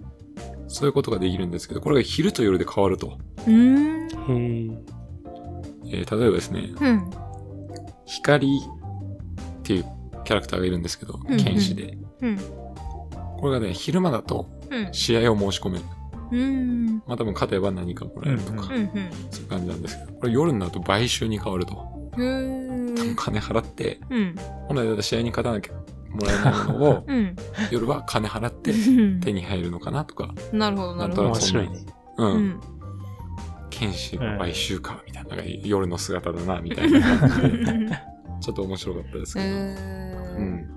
そういうことができるんですけど、これが昼と夜で変わると。
ーん。
へー
えー例えばですね、
うん。
光っていうキャラクターがいるんですけど、
んうん
剣士で。
うん。
これがね、昼間だと
うん。
試合を申し込める。
うん。
まあ多分勝てば何かもらえるとか、
うん
うん。
そういう感じなんですけど、これ夜になると買収に変わると。
うん。へえ。
金払って、
うん。
本来だと試合に勝たなきゃもらえないものを、
うん。
夜は金払って手に入るのかなとか、
なるほどなるほど。
面白いね。
うん、
うん。
剣士の買収か、みたいな、なんか夜の姿だな、みたいな感じで、ちょっと面白かったですけど。う
え
ん、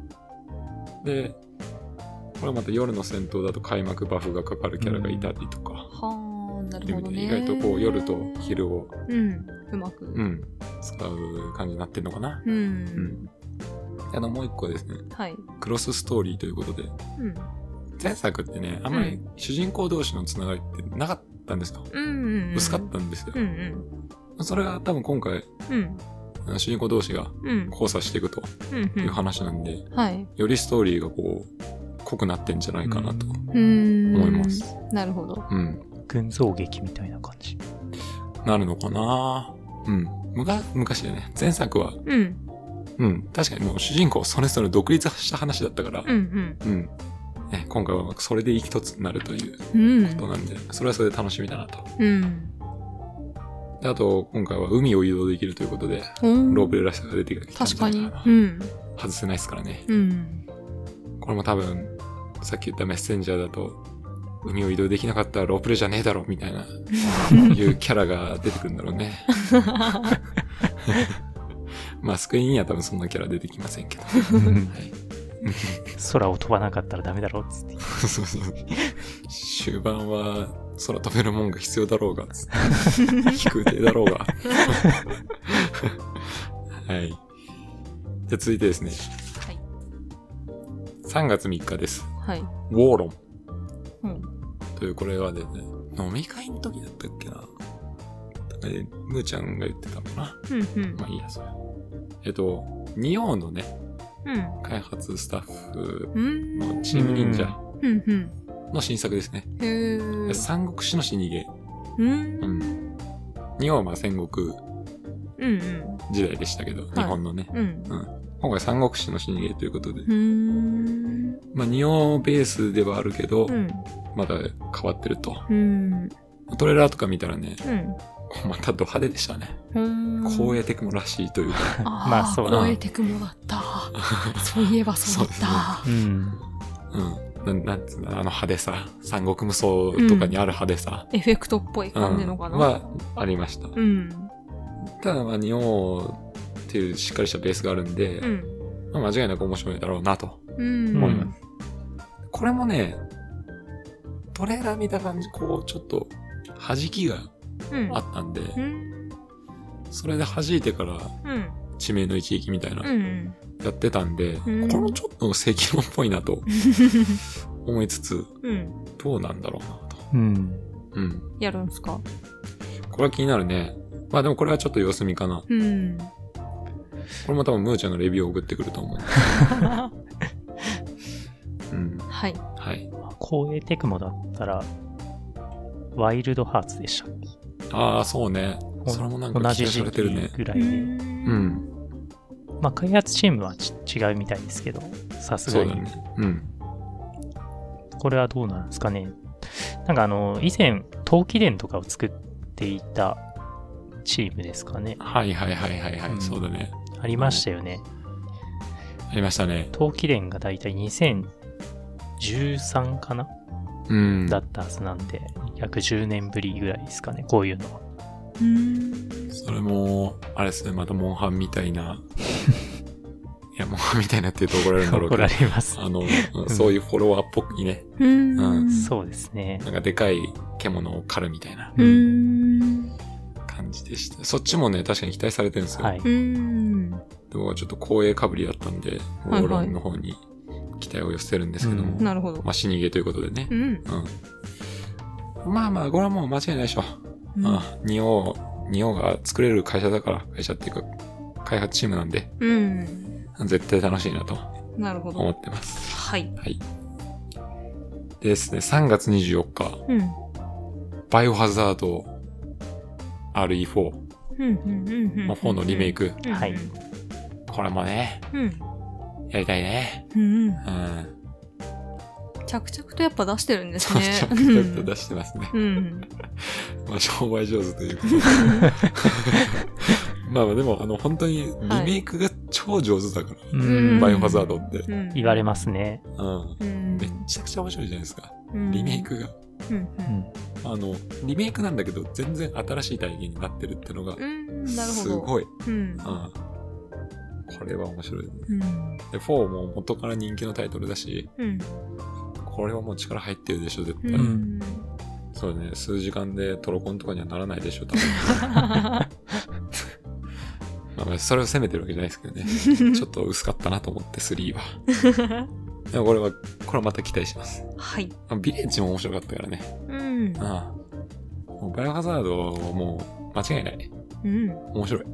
でこれまた夜の戦闘だと開幕バフがかかるキャラがいたりとか、
ー、はあ、な
ってい
るほ
う
ど
意味
ね。
で意外とこう夜と昼を、
うん、うまく。
う。ん、使う感じになってるのかな。
う。
うんん、であのもう一個ですね
はい。
クロスストーリーということで
うん。
前作ってねあんまり主人公同士のつながりってなかったんですよ。
うんうんうん。
薄かったんですよ
う。ん
それが多分今回
うん。うん。
あの主人公同士が
うん。
交差していくと
うんう。
いうん話なんで、
はい。
よりストーリーがこう濃くなってんじゃないかなと。
うーん。
思います。
なるほど。
うん
群像劇みたいな感じ。
なるのかなうん。むか昔だね。前作は、
うん。
うん。確かにもう主人公それぞれ独立した話だったから、
うん
うん。ね、今回はそれで一つになるというこ
うん。うん。
となんで、それはそれで楽しみだなと。
うん。
であと、今回は海を移動できるということで、
うん
ロープレらしさが出てきたん
確
じゃな
か
い
に
か。
う
な。
ん。
外せないですからね。
うん。
これも多分、さっき言ったメッセンジャーだと、海を移動できなかったらロープレじゃねえだろ、みたいな、いうキャラが出てくるんだろうね。 まあ、スクリーンには多分そんなキャラ出てきませんけど。はい
空を飛ばなかったらダメだろうっつって。
そうそうそう。終盤は空飛べるもんが必要だろうが、つって飛空艇だろうが。はい。じゃあ続いてですね。
はい。
3月3日です。
はい。
ウォーロン。
うん。
という、これはですね、飲み会の時だったっけな。えむーちゃんが言ってたのかな。
うんうん
まあいいや、それは。えっと、ニオのね、
うん
開発スタッフ
うん
のチーム忍者
うんうん
の新作ですね。
へー
三国志の死にゲー。
うん
うん日本はまあ戦国
うん
時代でしたけど、日本のね。
うんうん
今回三国志の死にゲーということで、
うーん
まあ日本ベースではあるけど、
うん
まだ変わってると。
うん
トレーラーとか見たらね、
うん
こうまたド派手でしたね。
ほーん
光栄テクモらしいというか、
ま
まあそう
だ
超えてくもだった。そういえばそうだっ
うん。
うん。ななんつうの、あの派手さ。三国無双とかにある派手さ。
た。エフェクトっぽい
うん
感じのかな。
はありました。
うん。
ただまあ日本っていうしっかりしたベースがあるんで、
うん。
まあ間違いなく面白いだろうなと。
うん。
思いまこれもね、トレーラー見た感じ、こう、ちょっと、弾きが
うん
あったんで、
うん。
それで弾いてから、
うん。
地名の一撃みたいな、
うん。
やってたんで、
うん
これもちょっと赤色っぽいな と思いつつ、
うん。
どうなんだろうなと。
うん。
うん。
やるんすか
これは気になるね。まあでもこれはちょっと様子見かな。
うん。
これも多分ムーちゃんのレビューを送ってくると思 う。うん。
はい。
はい。
まあ光栄テクモだったら、ワイルドハーツでしたっけ
ああ、そうね。それもなんか
同
期待
じ
さ
時
れ
期
てるね。
ぐら
う。
いで。
うんん。
まあ開発チームはち違うみたいですけど、さす
そ
が
うだ
に。
ね。うん。
これはどうなんですかね。なんかあの、以前、陶器伝とかを作っていたチームですかね。
はいはいはいはいはい。
うん
そうだね。
ありましたよね。
ありましたね。
陶器伝がだいたい2013かな
うん。
だったはずなんで、約10年ぶりぐらいですかね、こういうのは。
うん。
それも、あれですね、またモンハンみたい な。いや、モンハンみたいなって言うと怒られるんだろうけ
怒
ど
ら。れます。
あの、うんそういうフォロワーっぽくね、
う
うん
ん。
そうですね。
なんかでかい獣を狩るみたいな
う。ん。
感じでした。そっちもね、確かに期待されてるんですよ。
はい。
うん。
僕はちょっと光栄かぶりだったんで、オ
はい
ーロンの方に期待を寄せてるんですけども。
うん
なるほど
ま。あ、死にゲーということでね
う。ん。
うん。まあまあ、これはもう間違いないでしょ。
う
うんん。ニオ、ニオが作れる会社だから、会社っていうか、開発チームなんで、
うん。
絶対楽しいなと
なるほ
思
ど。
ってます。
はい。
はい。でですね、3月24日、
うん。
バイオハザード RE4
うん。うん。うん。
の方のリメイ
ク。
ク。
はい
これもね、
うん。
やりたいね。
う
う
ん。
ん。
着々とやっぱ出してるんです
そう、
ね。
ちょっと出してますね。
うん。
まあ、商売上手というか。 まあまあでも、あの、本当にリメイクが超上手だから、
ん
バイオハザードって。
うん。
言われますね。
うん。
うん。
めっちゃくちゃ面白いじゃないですか。
うん
リメイ。クが。
うん。
あの、リメイクなんだけど、全然新しい体験になってるってのが
う、ん。なるほど。
すごい。
うん。
うん。これは面白いね。
うん。
で、4も元から人気のタイトルだし、
うん。
これはもう力入ってるでしょ、絶対。
うん
そうね、数時間でトロコンとかにはならないでしょ、 多分。まあまあ、それを責めてるわけじゃないですけどね。 ちょっと薄かったなと思って、3は。でもこれは、これはまた期待します。
はい。
あビレッジも面白かったからね。
うん。
ああ。もうバイオハザード、もう、間違いない。
うん。
面白い。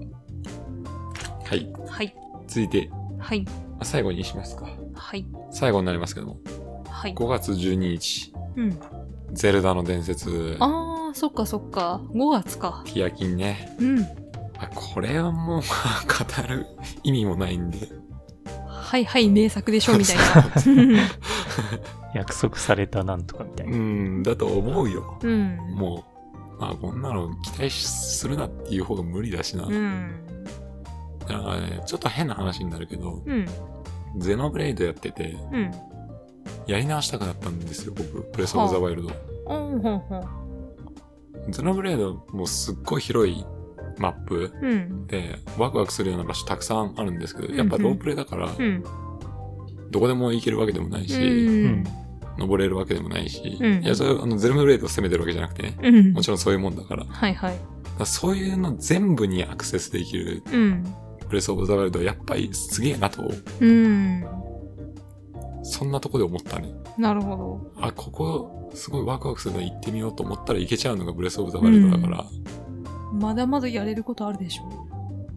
はい。
はい。
続いて、
はい。
まあ最後にしますか。
はい。
最後になりますけども。
はい。
5月12日、
うん。
ゼルダの伝説、
あー、そっかそっか。5月か。
ティアキンね。
うん。
まあこれはもう、まあ語る意味もないんで。
はいはい、名作でしょ、みたい な。
約束されたなんとかみたいうな。
ん、だと思うよ。
うん。
もう、まあこんなの期待するなっていう方が無理だしな。
う
だ
ん。
からね、ちょっと変な話になるけど、
うん。
ゼノブレイドやってて、
うん。
やり直したくなったんですよ、僕。プレスオブザワイルド。
うん。ほんほん。
ゼノブレイドもすっごい広いマップ
うん。
で、ワクワクするような場所たくさんあるんですけど、やっぱロープレイだから、
うん。
どこでも行けるわけでもないし、
うん。
登れるわけでもないし、
うん
いや、それあのゼルムレイドを攻めてるわけじゃなくてね、
うん。
もちろんそういうもんだから、だか
はいはい。
らそういうの全部にアクセスできる
うん。
プレスオブザワイルドはやっぱりすげえなと、
うん。
そんなとこで思ったね。
なるほど。
あ、ここ、すごいワクワクするの行ってみようと思ったら行けちゃうのがブレスオブザワイルドだから、
まだまだやれることあるでしょ。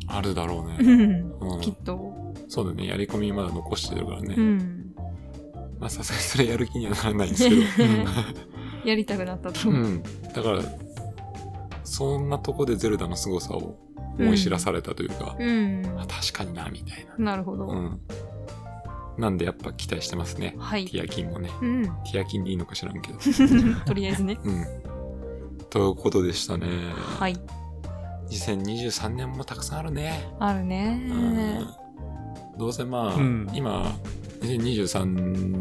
あるだろう
う
ね。
ん。
うん
きっと。
そうだね、やり込みまだ残してるからね。
うん。
まあ、さすがにそれやる気にはならないんですけど。
やりたくなった と。
うん。だから、そんなとこでゼルダの凄さを思い知らされたというか、
うん。
あ確かにな、みたいな。
なるほ
う
ど。
ん。なんでやっぱ期待してますね。
はい
テ。ィアキンもね。
うん。
ティアキンでいいのか知らんけど。
とりあえずね。
うん。ということでしたね。
はい。
2023年もたくさんあるね。
あるね
う。ん。どうせまあ、
うん
今、2023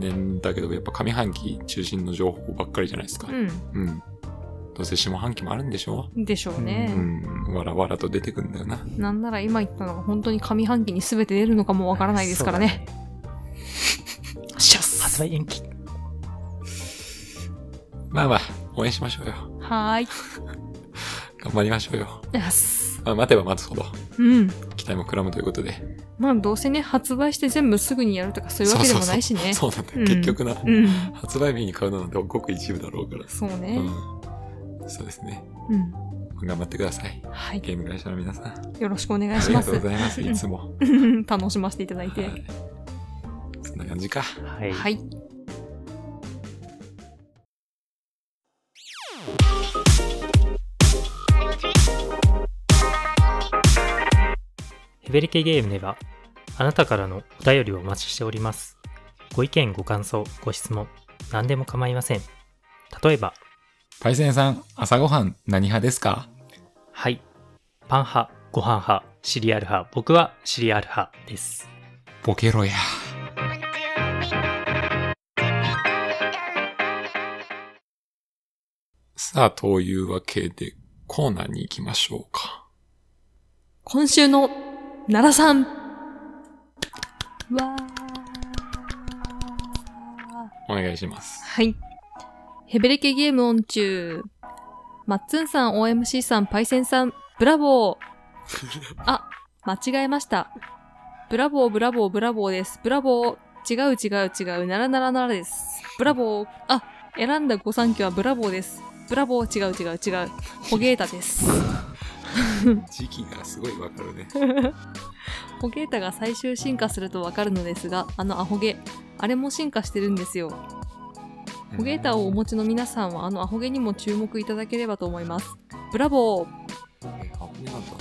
年だけど、やっぱ上半期中心の情報ばっかりじゃないですか。
う
うん。どうせ下半期もあるんでしょ
ん。でしょうね
う。ん。わらわらと出てくんだよな。
なんなら今言ったのが本当に上半期に全て出るのかもわからないですからね。
そうだ。
シャッ
発売延期。
まあまあ、応援しましょうよ。
はーい。
頑張りましょうよ。
やっす。
まあ、待てば待つほど、
うん。
期待も膨らむということで。
まあどうせね、発売して全部すぐにやるとかそういうわけでもないしね。
そうそうそうそうなん
うん
だよ。結局な、
うん。
発売日に買うのなんてごく一部だろうから。
そう
う
ね。
ん。そうですね。
うん。
頑張ってください。
はい。
ゲーム会社の皆さん。あ
よろしくお願いし
り
ま
がと
す
うご。ざいます。いつも。
楽しませていた だいて。
はいそんな感じか。
はい。
はい。
ヘベレケゲームでは、あなたからのお便りをお待ちしております。ご意見、ご感想、ご質問、何でも構いません。例えば、
パイセンさん、朝ごはん何派ですか
はい。パン派、ご飯派、シリアル派、僕はシリアル派です。
ボケろや。さあ、というわけで、コーナーに行きましょうか。
今週の奈良さん。わー。
お願いします。
はい。ヘベレケゲームオン中。マッツンさん、OMC さん、パイセンさん、ブラボー。あ、間違えました。ブラボー、ブラボー、ブラボーです。ブラボー。違う違う違う、ならならならです。ブラボー。あ、選んだご三家はブラボーです。ブラボー、違う違う違う、ホゲータです。
時期がすごいわかるね。
ホゲータが最終進化するとわかるのですが、あのアホゲ、あれも進化してるんですよ。ホゲーターをお持ちの皆さんはあのアホゲにも注目いただければと思います。ブラボー
えーあ、なんだ。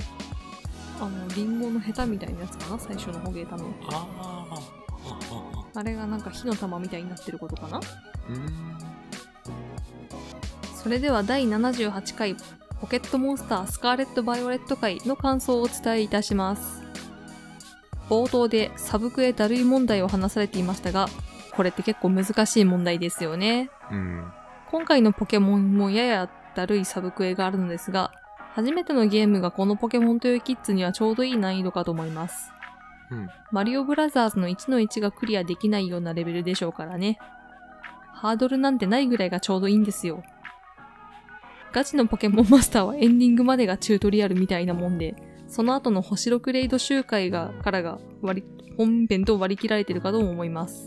あの、リンゴのヘタみたいなやつかな最初のホゲータの。
あーああ、あ
あれがなんか火の玉みたいになってることかな
あ、うーん。
それでは第78回ポケットモンスタースカーレット・バイオレット回の感想をお伝えいたします。冒頭でサブクエだるい問題を話されていましたが、これって結構難しい問題ですよね。
うん。
今回のポケモンもややだるいサブクエがあるのですが、初めてのゲームがこのポケモンというキッズにはちょうどいい難易度かと思います。
うん
マリオブラザーズの1の1がクリアできないようなレベルでしょうからね。ハードルなんてないぐらいがちょうどいいんですよ。ガチのポケモンマスターはエンディングまでがチュートリアルみたいなもんで、その後の星6レイド集会が、からが割り、本編と割り切られてるかと思います。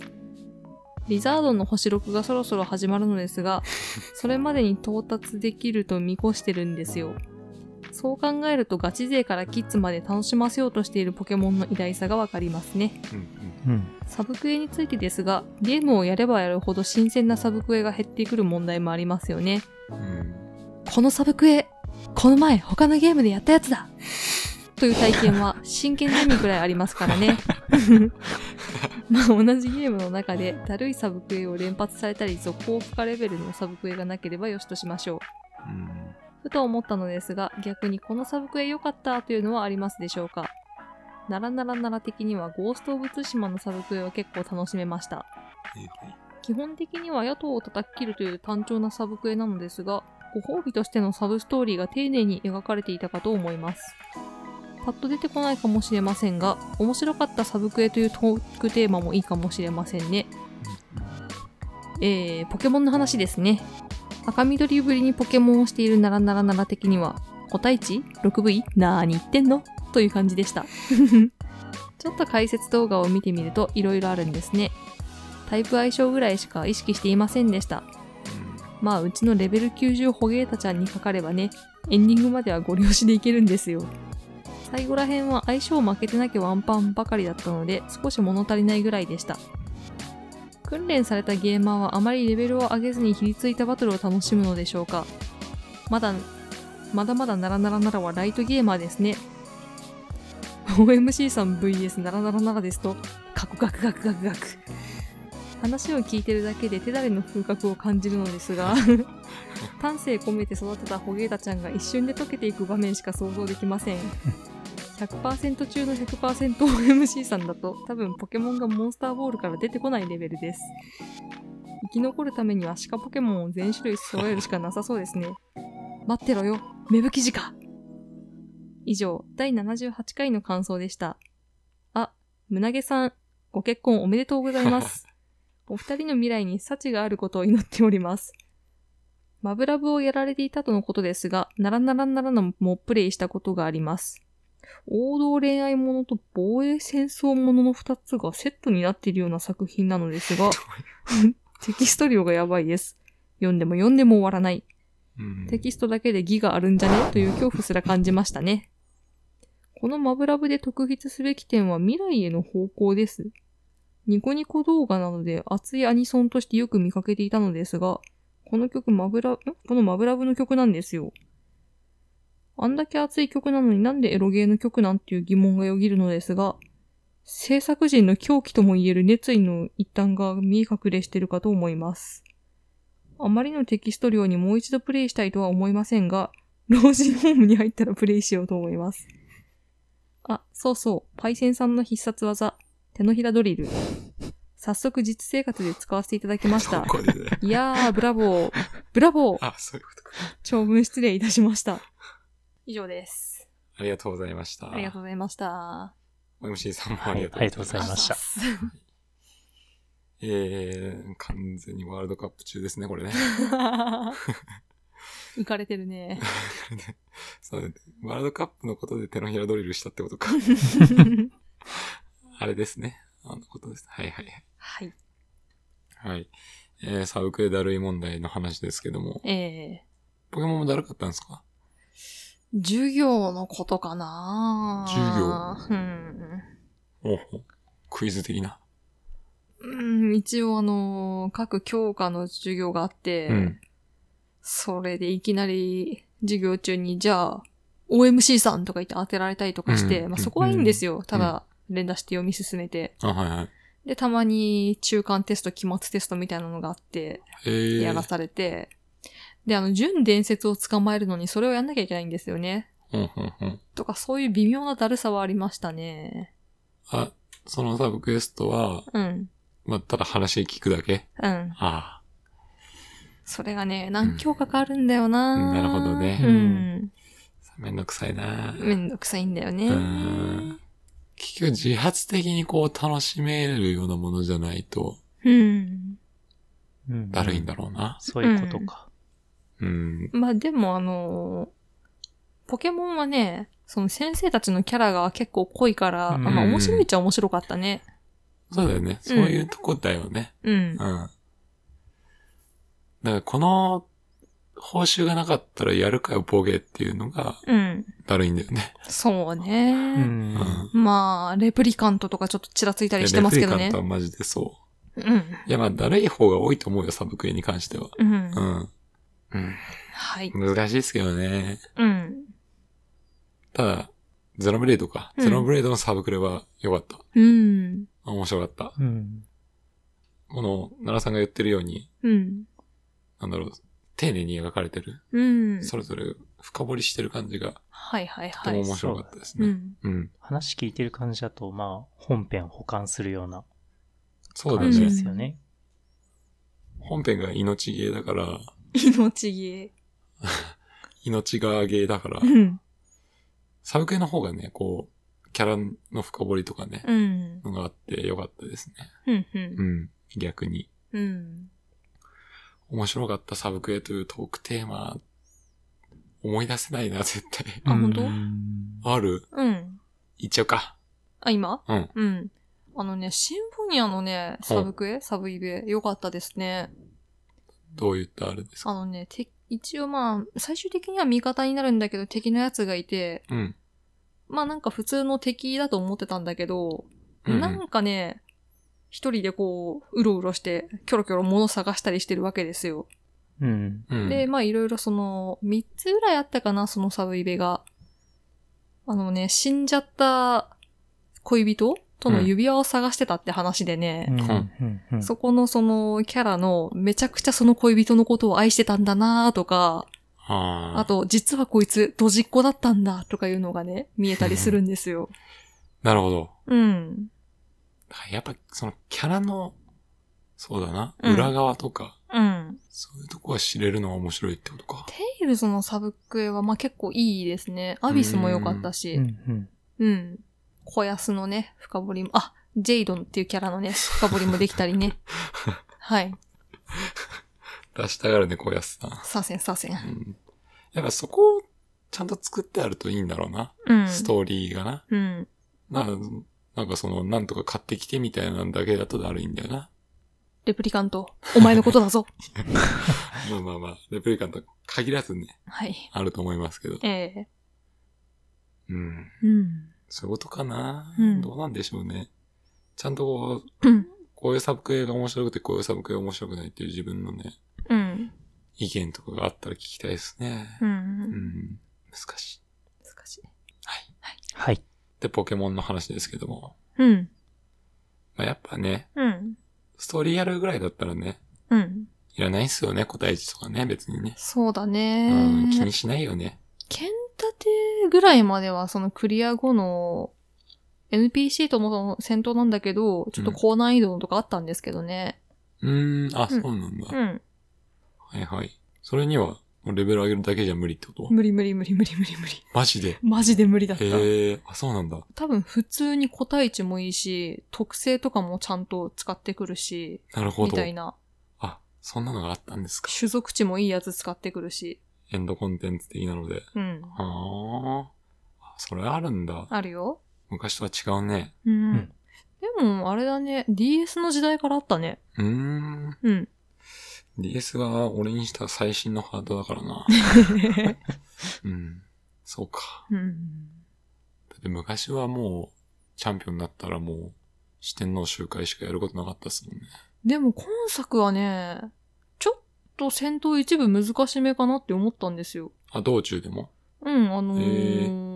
リザードンの星6がそろそろ始まるのですが、それまでに到達できると見越してるんですよ。そう考えるとガチ勢からキッズまで楽しませようとしているポケモンの偉大さがわかりますね。
うん
うん。
サブクエについてですが、ゲームをやればやるほど新鮮なサブクエが減ってくる問題もありますよね。
うんうん
このサブクエ、この前他のゲームでやったやつだ という体験は真剣ゼミぐらいありますからね。 まあ同じゲームの中でだるいサブクエを連発されたり続行不可レベルのサブクエがなければよしとしましょう。
うん
ふと思ったのですが、逆にこのサブクエ良かったというのはありますでしょうかならならなら的にはゴースト・オブ・ツシマのサブクエは結構楽しめました。
えー
基本的には野党を叩き切るという単調なサブクエなのですが、ご褒美としてのサブストーリーが丁寧に描かれていたかと思います。パッと出てこないかもしれませんが、面白かったサブクエというトークテーマもいいかもしれませんね。えー、ポケモンの話ですね。赤緑ぶりにポケモンをしているならならなら的には、個体値 ?6V? なーに言ってんのという感じでした。 ちょっと解説動画を見てみると色々あるんですね。タイプ相性ぐらいしか意識していませんでした。まあ、うちのレベル90ホゲータちゃんにかかればね、エンディングまではご了承でいけるんですよ。最後ら辺は相性負けてなきゃワンパンばかりだったので、少し物足りないぐらいでした。訓練されたゲーマーはあまりレベルを上げずにひりついたバトルを楽しむのでしょうか。まだ、まだまだならならならはライトゲーマーですね。OMC さん VS ならならならですと、カクガクガクガクガク。話を聞いてるだけで手だれの風格を感じるのですが丹精込めて育てたホゲータちゃんが一瞬で溶けていく場面しか想像できません100%中の 100%OMC さんだと多分ポケモンがモンスターボールから出てこないレベルです生き残るためには鹿ポケモンを全種類揃えるしかなさそうですね待ってろよ芽吹き鹿以上第78回の感想でしたあ胸毛さんご結婚おめでとうございますお二人の未来に幸があることを祈っております。マブラブをやられていたとのことですが、ならならならのもプレイしたことがあります。王道恋愛ものと防衛戦争ものの二つがセットになっているような作品なのですが、 テキスト量がやばいです。読んでも読んでも終わらない。
うん
テキストだけで義があるんじゃねという恐怖すら感じましたね。このマブラブで特筆すべき点は未来への方向です。ニコニコ動画などで熱いアニソンとしてよく見かけていたのですが、この曲マブラ、んこのマブラブの曲なんですよ。あんだけ熱い曲なのになんでエロゲーの曲なんていう疑問がよぎるのですが、制作人の狂気とも言える熱意の一端が見え隠れしてるかと思います。あまりのテキスト量にもう一度プレイしたいとは思いませんが、老人ホームに入ったらプレイしようと思います。あ、そうそう、パイセンさんの必殺技、手のひらドリル。早速実生活で使わせていただきました
ど。こでだよ
いやー、ブラボー。ブラボー。
あ、そういうことか。
長文失礼いたしました。以上です。
ありがとうございました。
ありがとうございました。
MC さんもありがとうござい
ありがとうござい
ま
ま
し。
したた
えー、完全にワールドカップ中ですね、これね。
浮かれてるね。
そうワールドカップのことで手のひらドリルしたってことか。あれですね。あのことです。はいはい
は
は
い。
い。はい。えー、サブクエだるい問題の話ですけども、
え
ポケモンもだるかったんですか
ー、授業のことかな授業うん。
おうクイズ的な。
うん、一応あのー各教科の授業があって、
うん。
それでいきなり授業中に、じゃあ、OMC さんとか言って当てられたりとかして、
うん
まあそこはいいんですよ。ただ、連打して読み進めて。
あ、はいはい。
で、たまに中間テスト、期末テストみたいなのがあって、
えー、
やらされて、で、あの、純伝説を捕まえるのにそれをやんなきゃいけないんですよね。
うんうんうん。
とか、そういう微妙なだるさはありましたね。
あ、そのサブクエストは、
うん。
まあ、ただ話聞くだけ
うん。
あ
それがね、何教科かあるんだよな、
うんなるほどね
うん。
あ、めんどくさいな
めんどくさいんだよね。
うん結局自発的にこう楽しめるようなものじゃないと、
うん。
うん
だるいんだろうな。
そういうことか。
うん。
まあでもあのーポケモンはね、その先生たちのキャラが結構濃いから、
うん
まあ面白いっちゃ面白かったね。
そうだよね。そういうとこだよね。
うん
う。ん。だからこの、報酬がなかったらやるかよ、ボケっていうのが、
うん。
だるいんだよね。
そう
う。
ね。
うんん。
まあ、レプリカントとかちょっとちらついたりしてますけど
レ
ね
プリカント。はマジでそう。
うん。
いや、まあ、だるい方が多いと思うよ、サブクエに関しては。
うん
う。ん。うん。
はい。
難しいですけどね。
うん。
ただ、ゼノブレードか。
うん
ゼノブレードのサブクレは良かった。
うん。
面白かった。
うん。
この、奈良さんが言ってるように、
うん。
なんだろう、丁寧に描かれてる。
うん。
それぞれ深掘りしてる感じが、
はいはい
とて
は
も
い。
面白かったです
う
ね。
ん。
うん。
話聞いてる感じだと、まあ、本編保管するような
そうだ
感じで
ね。
すよね。
本編が命ゲーだから、
命ゲ
命がゲーだから
ー。う、ん。
サブクエの方がね、こう、キャラの深掘りとかね、
うん。
のがあって良かったですね。
うん。
うん。逆に。
うん。
面白かったサブクエというトークテーマ、思い出せないな、絶対。
あ本当
うん
ある
うん。
いっちゃうか。
あ、今
うん。
うん。あのね、シンフォニアのね、サブクエサブイベ、よかったですね。
どういったあれです
あ
か
のね、て一応まあ、最終的には味方になるんだけど、敵のやつがいて、
うん。
まあなんか普通の敵だと思ってたんだけど、
うんうん
なんかね、一人でこう、うろうろして、キョロキョロ物探したりしてるわけですよ。
うん。
うん。
で、まあいろいろその、3つぐらいあったかな、そのサブイベが。あのね、死んじゃった恋人との指輪を探してたって話で
う
ね、
ん
ん
うんうん
そこのそのキャラのめちゃくちゃその恋人のことを愛してたんだなとか、
あー
あと実はこいつドジっ子だったんだとかいうのがね、見えたりするんですよ。
なるほど。
うん。
だからやっぱ、そのキャラの、そうだな、
うん
裏側とか、
うん。
そういうとこは知れるのは面白いってことか。
テイルズのサブクエはまあ結構いいですね。アビスも良かったし。
う
うんん。
うん
小安のね、深掘りも、あ、ジェイドンっていうキャラのね、深掘りもできたりね。はい。
出したがるね、こうやすさん。
左遷左遷。
うん。やっぱそこをちゃんと作ってあるといいんだろうな。
うん。
ストーリーがな。
うん。
な、なんかその、なんとか買ってきてみたいなんだけだとだるいんだよな。
レプリカント、お前のことだぞ。
まあまあまあ、レプリカント限らずね、
はい。
あると思いますけど。
ええ
うん。
うん。
そういうことかな、
うん
どうなんでしょうね。ちゃんとこう、
うん。
こういうサブクエが面白くて、こういうサブクエが面白くないっていう自分のね、
うん。
意見とかがあったら聞きたいですね。
う
うん。
ん。
難しい。
難しい。
はい。
はい。
で、ポケモンの話ですけども。
うん。
まあ、やっぱね、
うん。
ストーリーやるぐらいだったらね、
うん。
いらないっすよね、答え値とかね、別にね。
そうだ
うん、気
ね
に。しないよね。
剣立てぐらいまでは、そのクリア後の NPC との戦闘なんだけど、ちょっと高難易度のとかあったんですけどね。
うーん、あ、
う
そ
ん
うなんだ。
うん。
はいはい。それには、もうレベル上げるだけじゃ無理ってこと、
無理無理無理無理無理無理。
マジで。
マジで無理だった。
へえ、あ、そうなんだ。
多分普通に個体値もいいし、特性とかもちゃんと使ってくるし、
なるほ
み
ど
た。いな。
あ、そんなのがあったんですか。
種族値もいいやつ使ってくるし。
エンドコンテンツ的なので。
うん。
はあ。それあるんだ。
あるよ。
昔とは違うね。
うん。
うん
でも、あれだね。DS の時代からあったね。
うーん。
うん。
DS は俺にした最新のハードだから な。うん。そうか。
うん。
だって昔はもう、チャンピオンになったらもう、四天王集会しかやることなかったっすもんね。
でも今作はね、ちょっと戦闘一部難しめかなって思ったんですよ。
あ、道中でも。
うん、あのー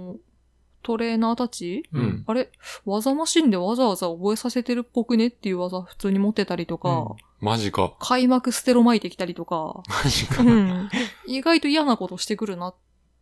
トレーナーたち
うん
あれ技マシンでわざわざ覚えさせてるっぽくねっていう技普通に持ってたりとか、
うん
マジか。
開幕ステロ巻いてきたりとか、
マジか。
うん、意外と嫌なことしてくるなっ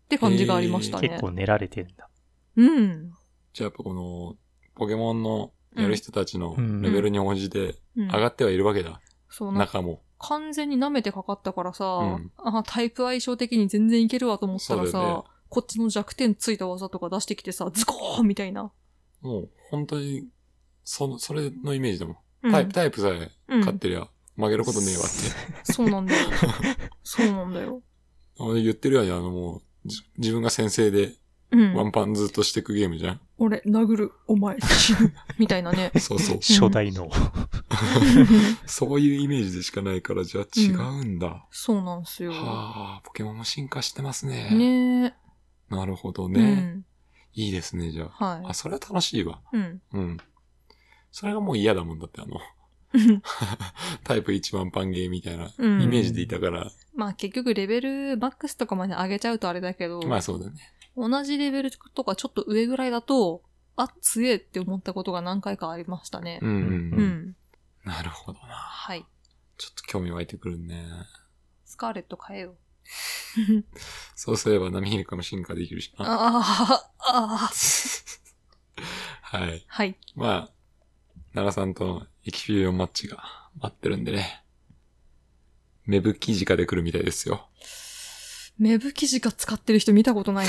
て感じがありましたね。
結構練られてんだ。
うん。
じゃあやっぱこの、ポケモンのやる人たちの
うん
レベルに応じて
う
上
ん、
がってはいるわけだ。
そうなんか
中も。
完全に舐めてかかったからさ、
うん
あタイプ相性的に全然いけるわと思ったら
そうだよね
さ、こっちの弱点ついた技とか出してきてさ、ズコーンみたいな。
もう本当に、そ、それのイメージだもん。
うん
タイプ、タイプさえ
うん
買ってりゃ曲げること ねえわ って。
そうなん だよ。そうなんだよ。
あの言ってるやん、あのもう、じ自分が先生で
うん
ワ。ンパンずっとしていくゲームじゃん。
俺、殴る、お前、死ぬ。みたい なね。
そうそう。
初代の。
そういうイメージでしかないから、じゃあ違うんだ。
そうなんすよ。
はあ、ポケモンも進化してますね。
ねえ。
なるほど
う
ね、
ん。
いいですね、じゃあ。
は
あ、それは楽しいわ。
い。うん。
うん。それがもう嫌だもんだって、あの、 タイプ1ワンパンゲーみたいな
うん
イメージでいたから、
まあ結局レベルマックスとかまで上げちゃうとあれだけど、
まあそうだね。
同じレベルとかちょっと上ぐらいだと、あ、強えって思ったことが何回かありましたね
う。んうん、
う。
うんん。なるほどな。
はい。
ちょっと興味湧いてくるね。
スカーレット変えよう。
そうすれば波平かも進化できるしな。
ああ、ああ。
はい。
はい。
まあ、奈良さんとのエキフィリオンマッチが待ってるんでね。芽吹き直で来るみたいですよ。
芽吹き直使ってる人見たことない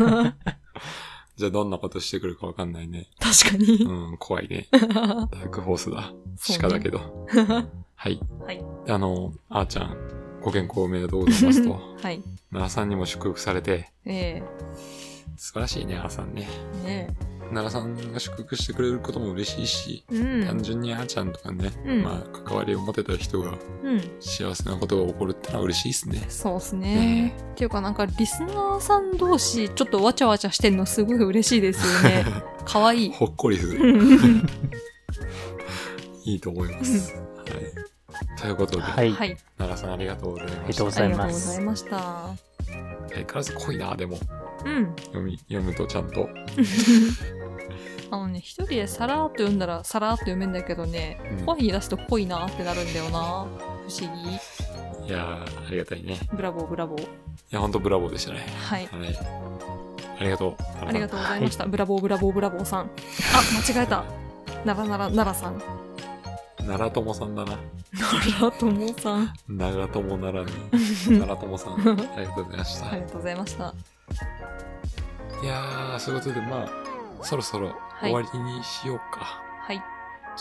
な。
じゃあどんなことしてくるかわかんないね。
確か
う
に。
ん、怖いね。
は
ダークホースだ。
そうね
鹿だけど。はい。
い。
あの、あーちゃん、ご健康おめでとうござい ますと。
はい。
奈良さんにも祝福されて、
え
素晴らしいね、あーさんね。
えね
奈良さんが祝福してくれることも嬉しいし、
え。う
単
ん。
純にあーちゃんとかね、
うん
まあ、関わりを持てた人が
うん。
幸せなことが起こるってのは嬉しいですね。
そうっすね。っていうかなんかリスナーさん同士ちょっとわちゃわちゃしてんのすごい嬉しいですよね。 かわいい。
ほっこりする。
うん
いいと思います。はい。ということで、
はい。
は
あ
い。
奈良さんありがとうございま
りが
し
と
た。
うご
あ
ざ
り
い
がとう
ま
ござい
す。
ました。
相変わらず濃いな、でも。
うん。
読み、読むとちゃんと。
あのね、一人でさらーっと読んだらさらーっと読めんだけどね、
うん
声に出すと濃いなーってなるんだよな。不思議。
いやー、ありがたいね。い
ブラボーブラボー。
や、ほんとブラボーでしたね。
はい。
はい。ありがとう。
ありがとうございました。ブラボーブラボーブラボーさん。あ、間違えた。ならならならさん。な
奈良友さんだな。
らともさん。
長友ならぬ奈良友さんありがとうございました、
あり
い、
がとうございました。
やーそういうことでまあそろそろ
い
終わりにしようか、
はい。
ち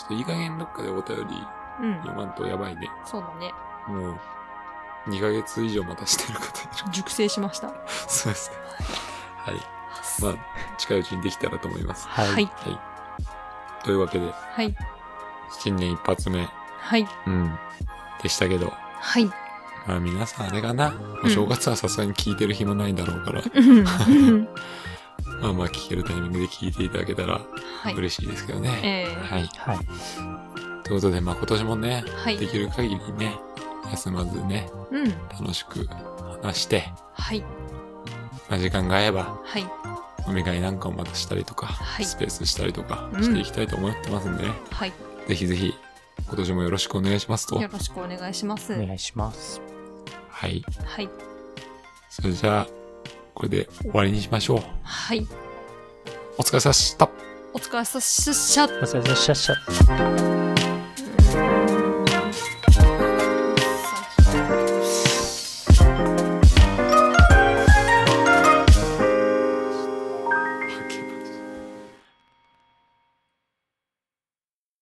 ょっといい加減どっかでお便り
うん。
読まんとやばいね
そうだね。
もう2ヶ月以上待たしてる方いる
熟成しました。
そうですねはいまあ近いうちにできたらと思います
は。
はいい。
はいというわけで
はい。
新年一発目
はい。
うんでしたけど
はい。
まあ皆さんあれかな、
うん
お正月はさすがに聞いてる暇ないだろうから、
うん
まあまあ聞けるタイミングで聞いていただけたら
はい。
嬉しいですけどね、
えー
はい。
はい。
ということで、まあ今年もね、
はい
で。きる限りね、休まずね、
うん。
楽しく話して、
はい。
まあ、時間が合えば、
はい。
飲み会なんかをまたしたりとか、
はい
スペースしたりとか
うん
していきたいと思ってますんでね、
はい。
ぜひぜひ、今年もよろしくお願いしますと。
よろしくお願いします。
お
はい。
願いします。
はい。
はい。
それじゃあ、これで終わりにしましょう。お疲れさまでした。
お疲れさっしゃっ
お疲れ様でした。